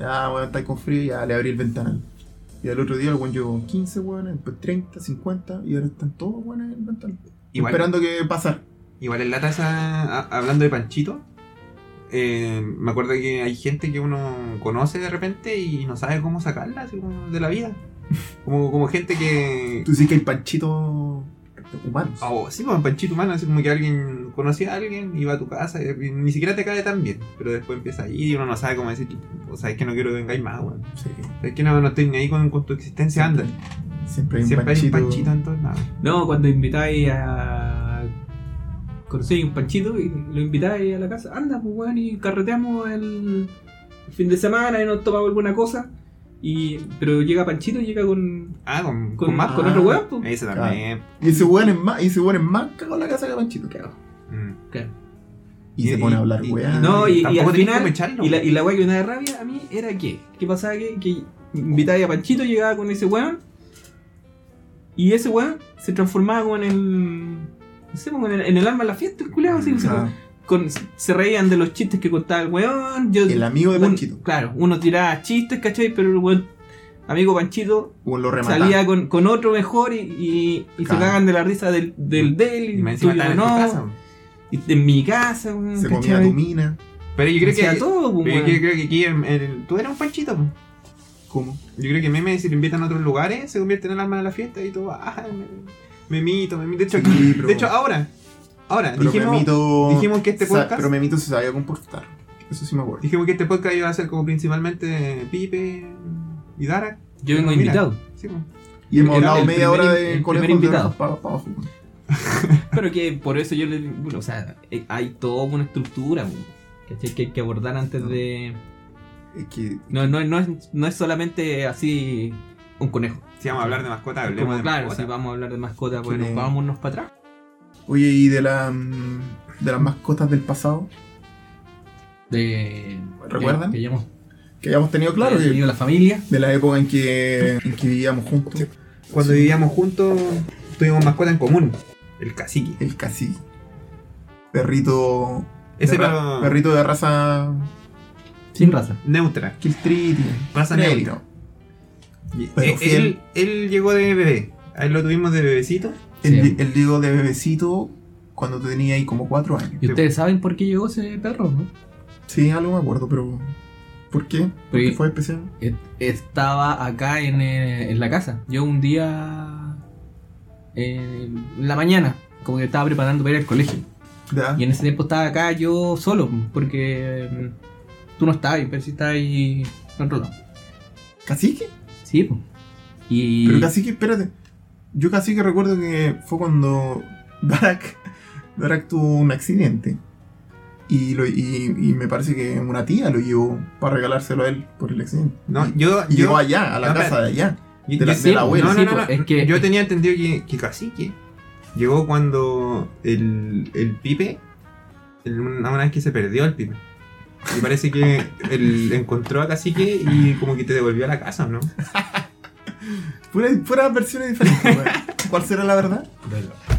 Speaker 3: Ya, weón, estáis con frío, ya le abrí el ventanal. Y al otro día, el weón llegó con 15, weón, después 30, 50, y ahora están todos, weón, en el ventanal.
Speaker 1: Igual.
Speaker 3: Esperando que pasar.
Speaker 1: Igual en lata esa, a- hablando de Panchito, eh, me acuerdo que hay gente que uno conoce de repente y no sabe cómo sacarla así como de la vida. [laughs] Como, como gente que...
Speaker 3: Tú dices que hay Panchito humanos.
Speaker 1: Oh, sí, como Panchito humano, así como que alguien conocía a alguien, iba a tu casa y, y ni siquiera te cae tan bien. Pero después empieza a ir y uno no sabe cómo decir, o sea, es que no quiero que vengáis más, weón.
Speaker 3: Sí.
Speaker 1: Es que no, no estoy ni ahí con, con tu existencia, anda.
Speaker 3: Siempre hay un
Speaker 1: Siempre hay un
Speaker 3: Panchito.
Speaker 1: Panchito en todos lados.
Speaker 2: No, cuando invitáis a. Conocéis un panchito y lo invitáis a la casa. Anda, pues weón, y carreteamos el el fin de semana y nos tomamos alguna cosa. Y, pero llega Panchito y llega con,
Speaker 1: Ah, eh, con,
Speaker 2: con,
Speaker 1: más.
Speaker 2: con otro weón. pues.
Speaker 1: Ese también.
Speaker 3: Y ese weón es más, y ese weón es más cagado en la casa que Panchito.
Speaker 1: Mm.
Speaker 2: Claro.
Speaker 3: Y, se pone a hablar, weón.
Speaker 2: No, y, y al
Speaker 1: Tampoco tenés
Speaker 2: final,
Speaker 1: cómo echarlo.
Speaker 2: y la, y la weá que me da rabia a mí era que, ¿qué pasaba? Que, que invitáis a Panchito, llegaba con ese weón, y ese weón se transformaba como en el, no sé, como en el, en el alma de la fiesta, el culiao, así, se-
Speaker 3: Ah,
Speaker 2: con- se reían de los chistes que contaba el weón, yo,
Speaker 3: el amigo de
Speaker 2: un-
Speaker 3: Panchito.
Speaker 2: claro, uno tiraba chistes, ¿cachai? Pero el weón, amigo Panchito,
Speaker 3: Weón lo remata.
Speaker 2: salía con, con otro mejor y, y- y
Speaker 3: Claro.
Speaker 2: se cagan de la risa del, del, del
Speaker 1: Y
Speaker 2: y
Speaker 1: me encima
Speaker 2: tuyo
Speaker 1: estaba en tu
Speaker 2: no,
Speaker 1: casa, weón.
Speaker 2: y en mi casa, weón,
Speaker 3: se comía
Speaker 2: ¿cachai?
Speaker 3: tu mina.
Speaker 1: Pero yo creo que.
Speaker 2: Hacía todo, pues,
Speaker 1: pero yo
Speaker 2: weón.
Speaker 1: creo, creo que aquí en- en- tú eras un panchito. pues.
Speaker 3: ¿Cómo?
Speaker 1: Yo creo que meme, si lo invitan a otros lugares, se convierte en el alma de la fiesta y todo. Ah, me, memito, memito. De hecho, aquí-
Speaker 3: Sí, pero-
Speaker 1: de hecho ahora. Ahora,
Speaker 3: Pero
Speaker 1: dijimos,
Speaker 3: Memito.
Speaker 1: dijimos que este
Speaker 3: sa-
Speaker 1: podcast.
Speaker 3: Pero Memito se sabía comportar. Eso sí me acuerdo.
Speaker 1: Dijimos que este podcast iba a ser como principalmente Pipe y Dara.
Speaker 2: Yo vengo
Speaker 1: Mira.
Speaker 2: invitado.
Speaker 1: Sí, pues.
Speaker 3: Y
Speaker 2: el-
Speaker 3: hemos hablado
Speaker 2: el
Speaker 3: media
Speaker 2: primer
Speaker 3: hora
Speaker 2: in-
Speaker 3: de
Speaker 2: el
Speaker 3: colegio
Speaker 2: primer invitado.
Speaker 3: Para abajo. weón.
Speaker 2: Pero que por eso yo le bueno, o sea, eh, hay toda una estructura, weón, ¿cachai? Que hay que abordar antes de.
Speaker 3: Es que.
Speaker 2: No, no, no, es, no es solamente así un conejo.
Speaker 1: Si vamos a hablar de mascota,
Speaker 2: Como,
Speaker 1: hablemos de
Speaker 2: claro,
Speaker 1: mascota.
Speaker 2: si vamos a hablar de mascota, pues
Speaker 3: Tiene-
Speaker 2: nos vámonos para atrás.
Speaker 3: Oye, y de, la, mm, de las mascotas del pasado.
Speaker 2: De,
Speaker 3: ¿Recuerdan?
Speaker 2: Que, que hayamos
Speaker 3: Que hayamos tenido claro.
Speaker 2: que hayamos
Speaker 3: Que,
Speaker 2: tenido la familia.
Speaker 3: de la época en que, en que vivíamos juntos.
Speaker 1: Cuando
Speaker 3: Sí.
Speaker 1: vivíamos juntos, tuvimos mascota en común. El cacique.
Speaker 3: El cacique. Perrito.
Speaker 1: Ese
Speaker 3: de ra-
Speaker 1: pero
Speaker 3: Perrito de raza.
Speaker 2: Sin raza.
Speaker 1: neutra.
Speaker 3: Kiltriti.
Speaker 1: Raza neutra.
Speaker 3: Negro. Pero
Speaker 1: Eh, él,
Speaker 3: fiel.
Speaker 1: él llegó de bebé. A él lo tuvimos de bebecito.
Speaker 3: El,
Speaker 2: Sí.
Speaker 3: di- el Diego de bebecito cuando tenía ahí como cuatro años.
Speaker 2: Y ustedes saben por qué llegó ese perro, ¿no?
Speaker 3: Sí, algo me acuerdo, pero. ¿Por qué?
Speaker 2: Porque
Speaker 3: ¿Qué fue especial?
Speaker 2: est- E-, estaba acá en, eh, en la casa. Yo un día. eh, En la mañana, como que estaba preparando para ir al colegio.
Speaker 3: ¿Ya?
Speaker 2: Y en ese tiempo estaba acá yo solo, porque mm, tú no estabas, pero sí estabas ahí en otro lado.
Speaker 3: ¿Cacique?
Speaker 2: Sí, po. Y.
Speaker 3: Pero cacique, espérate. Yo cacique recuerdo que fue cuando [laughs] Darak, Darak tuvo un accidente. Y, lo, y, y me parece que una tía lo llevó para regalárselo a él por el accidente.
Speaker 1: No,
Speaker 3: y,
Speaker 1: yo,
Speaker 3: y
Speaker 1: yo,
Speaker 3: llegó allá, a la
Speaker 1: no,
Speaker 3: casa
Speaker 1: espera.
Speaker 3: de allá.
Speaker 1: yo-
Speaker 3: de la-
Speaker 1: yo-
Speaker 3: de la abuela,
Speaker 1: No,
Speaker 2: sí,
Speaker 1: no, no,
Speaker 2: pues,
Speaker 1: no.
Speaker 2: es que-
Speaker 1: Yo tenía entendido que, que cacique llegó cuando el, el pipe, el- una una vez que se perdió el pipe. Y parece que él encontró a cacique y como que te devolvió a la casa, ¿no?
Speaker 3: Puras puras
Speaker 1: [laughs]
Speaker 3: versiones diferentes. weón. ¿Cuál será la verdad?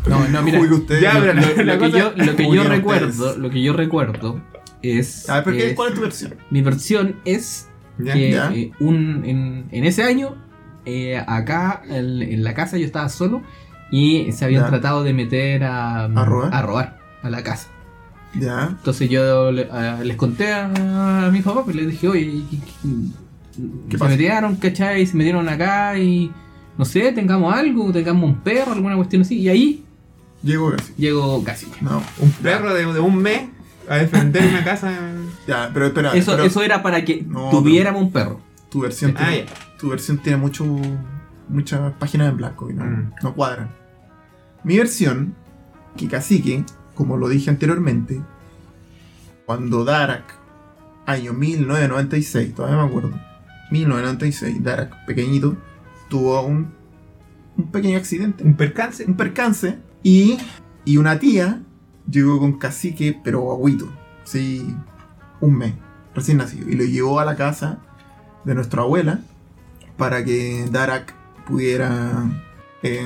Speaker 2: No, no, mira.
Speaker 3: Juzgue usted.
Speaker 1: Ya, pero-
Speaker 2: Lo, lo
Speaker 1: La
Speaker 2: que
Speaker 1: cosa-
Speaker 2: yo, lo que yo
Speaker 3: Juzguen
Speaker 2: recuerdo,
Speaker 3: ustedes.
Speaker 2: lo que yo recuerdo es.
Speaker 3: A ver, ¿pero qué-
Speaker 2: es-
Speaker 3: ¿cuál es tu versión?
Speaker 2: mi versión es
Speaker 1: Ya.
Speaker 2: que
Speaker 3: ya.
Speaker 2: eh, un, en, en ese año, eh, acá en, en la casa yo estaba solo y se habían
Speaker 3: Ya.
Speaker 2: tratado de meter a, mm,
Speaker 3: ¿A robar?
Speaker 2: a robar a la casa.
Speaker 3: Ya.
Speaker 2: Entonces yo le- a- les conté a, a mis papás, pues les dije, oye, ¿qué- qué-
Speaker 3: ¿Qué
Speaker 2: se
Speaker 3: pasa?
Speaker 2: metieron, ¿cachai? Se metieron acá y no sé, tengamos algo, tengamos un perro, alguna cuestión así. Y ahí
Speaker 3: Llegó casi.
Speaker 2: llegó Casimir.
Speaker 3: No,
Speaker 4: Un perro de, de un mes a defender una casa.
Speaker 3: ya, pero espera.
Speaker 2: Eso,
Speaker 3: pero
Speaker 2: eso era para que
Speaker 3: No,
Speaker 2: tuviéramos un perro.
Speaker 3: Tu versión
Speaker 4: Ah,
Speaker 3: tiene,
Speaker 4: ya.
Speaker 3: tu versión tiene mucho, muchas páginas en blanco y no,
Speaker 4: Mm.
Speaker 3: no cuadran. Mi versión, que cacique, como lo dije anteriormente, cuando Darak, año 1996, todavía me acuerdo, 1996, Darak, pequeñito, tuvo un, un pequeño accidente
Speaker 4: Un percance.
Speaker 3: un percance y, y una tía llegó con cacique, pero agüito, sí, un mes, recién nacido, y lo llevó a la casa de nuestra abuela para que Darak pudiera eh,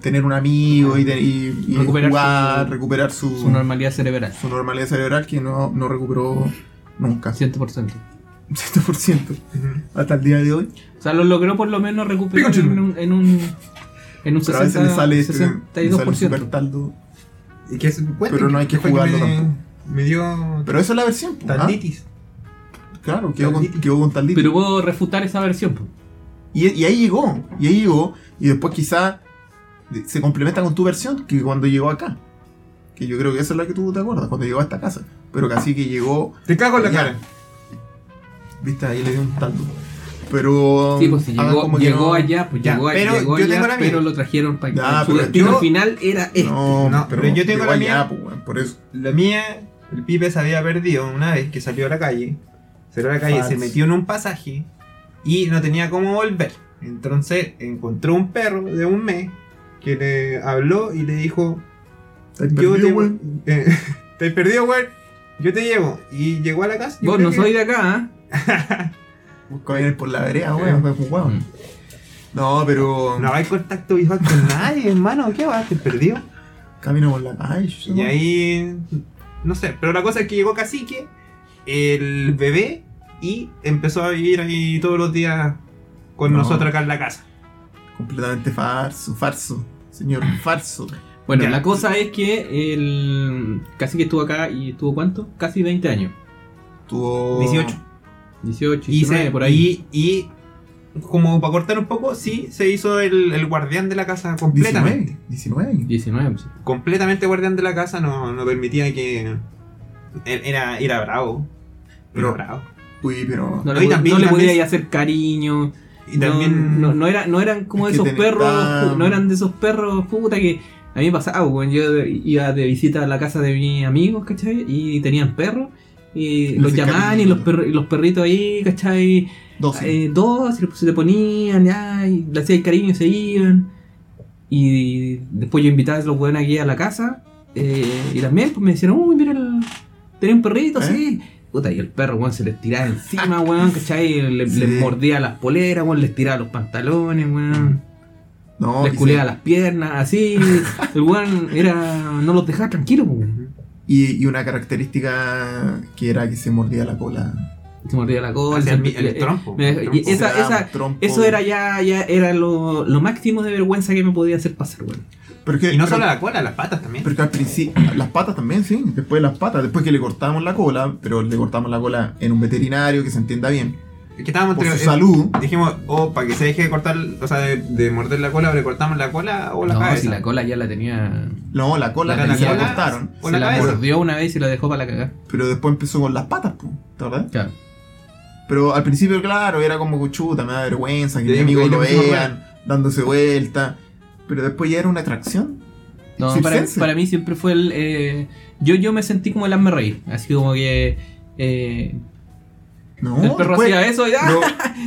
Speaker 3: tener un amigo y, te- y- y
Speaker 2: Recuperar
Speaker 3: jugar,
Speaker 2: su-
Speaker 3: recuperar su,
Speaker 2: Su normalidad cerebral,
Speaker 3: su normalidad cerebral que no, no recuperó nunca,
Speaker 2: 100%.
Speaker 3: 100%, hasta el día de hoy.
Speaker 2: O sea, lo logró por lo menos recuperar
Speaker 3: Pikachu.
Speaker 2: en un, en un, en un
Speaker 3: Pero a veces le
Speaker 2: 60,
Speaker 3: sale, este- le sale un
Speaker 2: 62%.
Speaker 3: supertaldo.
Speaker 4: Y que es un cuento,
Speaker 3: Pero no hay que
Speaker 4: fue
Speaker 3: jugarlo
Speaker 4: me,
Speaker 3: tampoco.
Speaker 4: me dio
Speaker 3: Pero esa es la versión. pues, ¿ah?
Speaker 4: tanditis.
Speaker 3: Claro, quedó con,
Speaker 4: Talditis.
Speaker 3: quedó con Talditis.
Speaker 2: Pero puedo refutar esa versión. po.
Speaker 3: Y, y ahí llegó, y ahí llegó, y después quizá se complementa con tu versión, que cuando llegó acá. Que yo creo que esa es la que tú te acuerdas, cuando llegó a esta casa. Pero casi que llegó,
Speaker 4: Te cago en la
Speaker 3: Ya.
Speaker 4: cara.
Speaker 3: viste, ahí le dio un tanto. Pero.
Speaker 2: Sí, pues si
Speaker 3: hagan
Speaker 2: llegó,
Speaker 3: como que
Speaker 2: llegó
Speaker 3: no-
Speaker 2: allá, pues
Speaker 4: Ya,
Speaker 2: llegó, a-
Speaker 4: pero
Speaker 2: llegó
Speaker 4: yo
Speaker 2: allá,
Speaker 4: tengo la mía.
Speaker 2: pero lo trajeron para
Speaker 3: Ya,
Speaker 2: su
Speaker 3: pero
Speaker 2: destino
Speaker 4: yo-
Speaker 2: final era este.
Speaker 3: No,
Speaker 4: No,
Speaker 3: pero,
Speaker 4: pero yo tengo
Speaker 3: llegó
Speaker 4: la
Speaker 3: allá,
Speaker 4: mía.
Speaker 3: pues, weón, por eso.
Speaker 4: La mía, el pibe se había perdido una vez que salió a la calle. Salió a la calle,
Speaker 3: Falso.
Speaker 4: se metió en un pasaje y no tenía cómo volver. Entonces encontró un perro de un mes que le habló y le dijo:
Speaker 3: Estás
Speaker 4: Yo
Speaker 3: perdido,
Speaker 4: te-
Speaker 3: weón.
Speaker 4: [laughs] eh, te he perdido, güey. Yo te llevo. Y llegó a la casa. yo
Speaker 2: Vos
Speaker 4: creo
Speaker 2: no
Speaker 4: que-
Speaker 2: soy de acá, ¿ah?
Speaker 3: Busca venir por la vereda, weón, fue como,
Speaker 2: Mm.
Speaker 3: weón. No, pero.
Speaker 4: No hay contacto visual con nadie, hermano. ¿Qué va? Te perdió.
Speaker 3: Camino por la calle. yo
Speaker 4: Y
Speaker 3: sé,
Speaker 4: ahí. No sé, pero la cosa es que llegó Cacique, el bebé, y empezó a vivir ahí todos los días con
Speaker 3: No.
Speaker 4: nosotros acá en la casa.
Speaker 3: Completamente falso, falso. Señor, falso.
Speaker 2: ¿eh? Bueno,
Speaker 4: Ya.
Speaker 2: la cosa es que el casi que estuvo acá y estuvo cuánto? Casi 20 años.
Speaker 3: Tuvo.
Speaker 4: 18.
Speaker 2: 18,
Speaker 4: Y,
Speaker 2: 19,
Speaker 4: se-
Speaker 2: por ahí.
Speaker 4: y- y, como para cortar un poco, sí, se hizo el, el guardián de la casa completamente.
Speaker 3: 19. 19 años.
Speaker 2: 19, pues, sí.
Speaker 4: Completamente guardián de la casa, no, no permitía que. Era, era bravo.
Speaker 3: Pero-
Speaker 4: Pero bravo.
Speaker 3: Uy, pero.
Speaker 2: No
Speaker 4: No,
Speaker 2: le,
Speaker 4: y
Speaker 2: pod-
Speaker 4: también-
Speaker 2: no le
Speaker 4: también-
Speaker 2: podía ir a hacer cariño.
Speaker 4: Y
Speaker 2: no,
Speaker 4: también.
Speaker 2: no, no era, no eran como
Speaker 3: Es
Speaker 2: de
Speaker 3: que
Speaker 2: esos
Speaker 3: ten-
Speaker 2: perros.
Speaker 3: tan-
Speaker 2: No eran de esos perros, puta, que a mí me pasaba, pues, weón. Yo de- iba de visita a la casa de mis amigos, ¿cachai? Y tenían perros. Y
Speaker 3: Les
Speaker 2: los llamaban y
Speaker 3: cariño.
Speaker 2: los, perro- y los perritos ahí, ¿cachai?
Speaker 3: 12.
Speaker 2: Eh, dos, y pues se le ponían, ya, y le hacía el cariño y se iban. Y después yo invitaba a los hueones aquí a la casa. eh, y también pues, me decían, uy, mira, el... tenía un perrito,
Speaker 3: ¿Eh?
Speaker 2: sí. Puta, y el perro, weón, se les tiraba
Speaker 3: [laughs]
Speaker 2: encima, weón, ¿cachai? Le- Les
Speaker 3: Sí.
Speaker 2: mordía las poleras, weón, les tiraba los pantalones, weón.
Speaker 3: No,
Speaker 2: les
Speaker 3: Oh, y
Speaker 2: culeaba
Speaker 3: se-
Speaker 2: las piernas, así. el weón era... no los dejaba tranquilos, weón.
Speaker 3: y, y una característica que era que se mordía la cola.
Speaker 2: Se mordía la cola.
Speaker 4: hacía
Speaker 2: se-
Speaker 4: el, mi- el
Speaker 2: eh,
Speaker 4: trompo.
Speaker 2: me-
Speaker 4: el trompo.
Speaker 2: y esa-
Speaker 3: Se daba
Speaker 2: esa-
Speaker 3: un trompo.
Speaker 2: Eso era ya, ya era lo, lo máximo de vergüenza que me podía hacer pasar, weón.
Speaker 3: Pero que-
Speaker 4: Y no
Speaker 3: pero-
Speaker 4: solo la cola, las patas también.
Speaker 3: pero que al principio. Las patas también, sí. Después las patas. Después que le cortamos la cola. Pero le cortamos la cola en un veterinario que se entienda bien.
Speaker 4: Es que estábamos
Speaker 3: Por su
Speaker 4: entre-
Speaker 3: salud.
Speaker 4: Dijimos, oh, para que se deje de cortar, o sea, de, de morder la cola, o le cortamos la cola o la
Speaker 2: no,
Speaker 4: cabeza.
Speaker 2: si la cola ya la tenía.
Speaker 3: No, la cola
Speaker 2: La-
Speaker 3: que
Speaker 2: la
Speaker 3: se la
Speaker 2: cola-
Speaker 3: cortaron.
Speaker 4: O
Speaker 2: se
Speaker 4: la
Speaker 2: la
Speaker 4: cabeza.
Speaker 2: mordió una vez y la dejó para la cagada.
Speaker 3: Pero después empezó con las patas, po, ¿te acordás?
Speaker 2: Claro.
Speaker 3: Pero al principio, claro, era como chuta, me da vergüenza que
Speaker 4: pues, Y
Speaker 3: mis amigos
Speaker 4: ahí- ahí
Speaker 3: lo
Speaker 4: le pusimos
Speaker 3: vean, dándose vuelta. Pero después ya era una atracción.
Speaker 2: No,
Speaker 3: Sí,
Speaker 2: para,
Speaker 3: sense.
Speaker 2: para mí siempre fue el. eh, yo, yo me sentí como el hazme reír. Así como que. eh,
Speaker 3: No,
Speaker 2: el perro
Speaker 3: Oh, después- [laughs]
Speaker 2: hacía eso y, ¡ah!
Speaker 3: pero-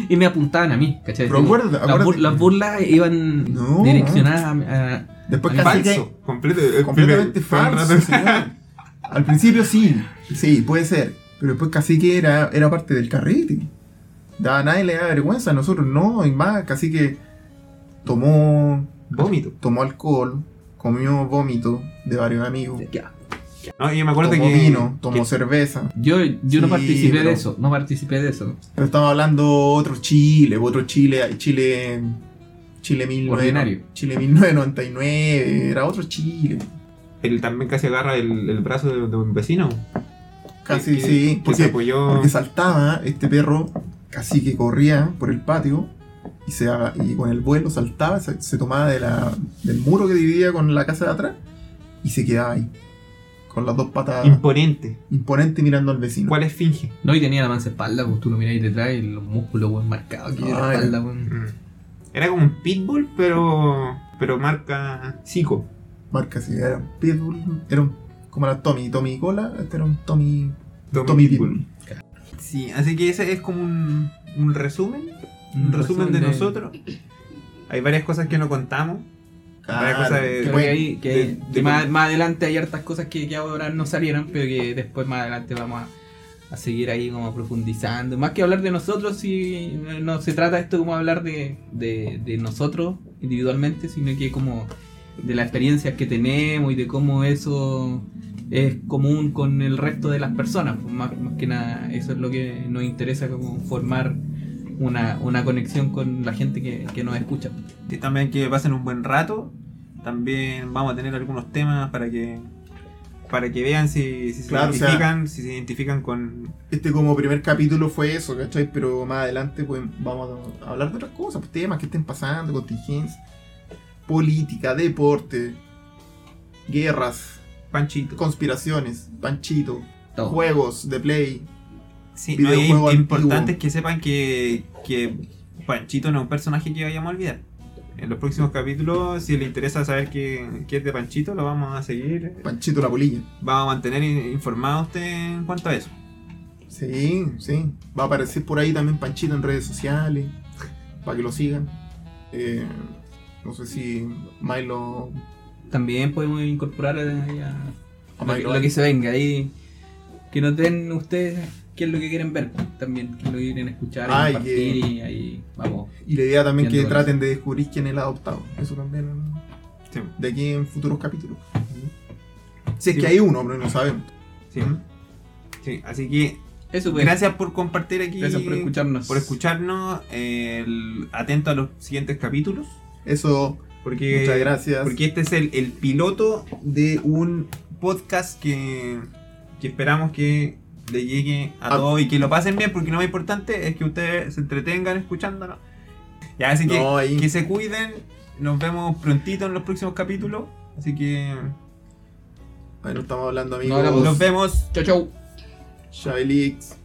Speaker 2: y me apuntaban a mí, ¿cachai?
Speaker 3: Pero
Speaker 2: Como
Speaker 3: acuérdate-
Speaker 2: las,
Speaker 3: acuérdate
Speaker 2: bur-
Speaker 3: que-
Speaker 2: las burlas iban
Speaker 3: No.
Speaker 2: direccionadas a. a-
Speaker 3: Después
Speaker 2: Al
Speaker 3: casi que-
Speaker 4: Falso. Completo, el
Speaker 3: completamente
Speaker 4: primer- fue
Speaker 3: falso.
Speaker 4: un rato-
Speaker 3: señor. Al principio sí, sí, puede ser. Pero después Cacique era, era parte del carrete. Da- A nadie le da vergüenza, a nosotros no. Y más, Cacique tomó,
Speaker 4: Vómito.
Speaker 3: tomó alcohol, comió vómito de varios amigos.
Speaker 2: ya.
Speaker 4: No, y yo me acuerdo
Speaker 3: Tomó
Speaker 4: que.
Speaker 3: vino, tomó
Speaker 4: que-
Speaker 3: cerveza.
Speaker 2: Yo, yo no
Speaker 3: Sí,
Speaker 2: participé
Speaker 3: pero-
Speaker 2: de eso, no participé de eso.
Speaker 3: Pero estamos hablando otro Chile, otro Chile, Chile... Chile, 19,
Speaker 2: Ordinario.
Speaker 3: Chile 1999, era otro Chile.
Speaker 4: él también casi agarra el, el brazo de, de un vecino.
Speaker 3: Casi, sí.
Speaker 4: Que- Que se
Speaker 3: Porque
Speaker 4: apoyó.
Speaker 3: Porque saltaba este perro Así que corría por el patio y, se, haga- y con el vuelo saltaba, se, se tomaba de la- del muro que dividía con la casa de atrás y se quedaba ahí. Con las dos patas
Speaker 4: Imponente.
Speaker 3: imponente mirando al vecino.
Speaker 4: ¿Cuál es Finge?
Speaker 2: No, y tenía la mansa espalda, pues tú lo miráis detrás y los músculos, weón, marcados aquí de la
Speaker 3: Ay.
Speaker 2: espalda, weón.
Speaker 4: Mm. Era como un pitbull, pero. Pero marca Zico.
Speaker 3: Marca si era un pitbull, era un- como la Tommy, Tommy Cola, este era un Tommy,
Speaker 4: Tommy
Speaker 3: Tommy
Speaker 4: Pitbull.
Speaker 3: Pitbull.
Speaker 4: Sí, así que ese es como un, un resumen. Un,
Speaker 2: Un Mm,
Speaker 4: resumen,
Speaker 2: resumen
Speaker 4: de,
Speaker 2: de-
Speaker 4: nosotros. Hay varias cosas que no contamos. Varias
Speaker 3: Claro,
Speaker 4: cosas de-
Speaker 3: Ah, que
Speaker 2: Creo
Speaker 3: bueno,
Speaker 2: que ahí- que
Speaker 4: de- de-
Speaker 2: más, más adelante hay hartas cosas que, que ahora no salieron, pero que después más adelante vamos a, a seguir ahí como profundizando. Más que hablar de nosotros, si no, no se trata esto como hablar de, de- de nosotros individualmente, sino que como de las experiencias que tenemos y de cómo eso es común con el resto de las personas. Pues más, más que nada, eso es lo que nos interesa, como formar una, una conexión con la gente que, que nos escucha.
Speaker 4: Y también que pasen un buen rato. También vamos a tener algunos temas para que. Para que vean si, si se
Speaker 3: Claro, o sea-
Speaker 4: identifican, si se identifican con.
Speaker 3: este como primer capítulo fue eso, ¿cachai? Pero más adelante pues vamos a hablar de otras cosas, pues, temas que estén pasando, contingencia, política, deporte, guerras,
Speaker 4: Panchito.
Speaker 3: conspiraciones, panchito,
Speaker 2: Todo.
Speaker 3: juegos de play.
Speaker 4: Sí, no, y
Speaker 3: videojuego
Speaker 4: es importante
Speaker 3: antiguo.
Speaker 4: es que sepan que, que Panchito no es un personaje que vayamos a olvidar. En los próximos capítulos, si les interesa saber qué, qué es de Panchito, lo vamos a seguir.
Speaker 3: Panchito la polilla.
Speaker 4: Vamos a mantener in- informado a usted en cuanto a eso.
Speaker 3: Sí, sí. Va a aparecer por ahí también Panchito en redes sociales. Para que lo sigan. Eh, no sé si Milo.
Speaker 2: También podemos incorporar ahí a-
Speaker 3: a
Speaker 2: lo, que-
Speaker 3: Milo-
Speaker 2: lo que se venga ahí. Que nos den ustedes qué es lo que quieren ver también, qué es lo que quieren escuchar y
Speaker 3: Ah, y
Speaker 2: compartir
Speaker 3: que-
Speaker 2: y ahí vamos.
Speaker 3: Y la idea también que
Speaker 2: Viendo
Speaker 3: traten de descubrir quién es el adoptado. Eso también.
Speaker 4: Sí.
Speaker 3: De aquí en futuros capítulos. Si es
Speaker 4: Sí. pues.
Speaker 3: que hay uno, pero no sabemos.
Speaker 4: Sí. Sí, así que
Speaker 2: Eso pues.
Speaker 4: gracias por compartir aquí.
Speaker 2: Gracias por escucharnos.
Speaker 4: por escucharnos, el- atento a los siguientes capítulos.
Speaker 3: Eso,
Speaker 4: Porque
Speaker 3: muchas gracias.
Speaker 4: Porque este es el, el piloto de un podcast que, que esperamos que le llegue a
Speaker 3: Ah.
Speaker 4: todos y que lo pasen bien, porque lo más importante es que ustedes se entretengan escuchándonos. Ya, así que,
Speaker 3: No, ahí.
Speaker 4: que se cuiden, nos vemos prontito en los próximos capítulos, así que
Speaker 3: Ahí no estamos hablando,
Speaker 2: No hablamos.
Speaker 3: amigos.
Speaker 4: nos vemos.
Speaker 2: Chau, chau.
Speaker 3: Xaelix.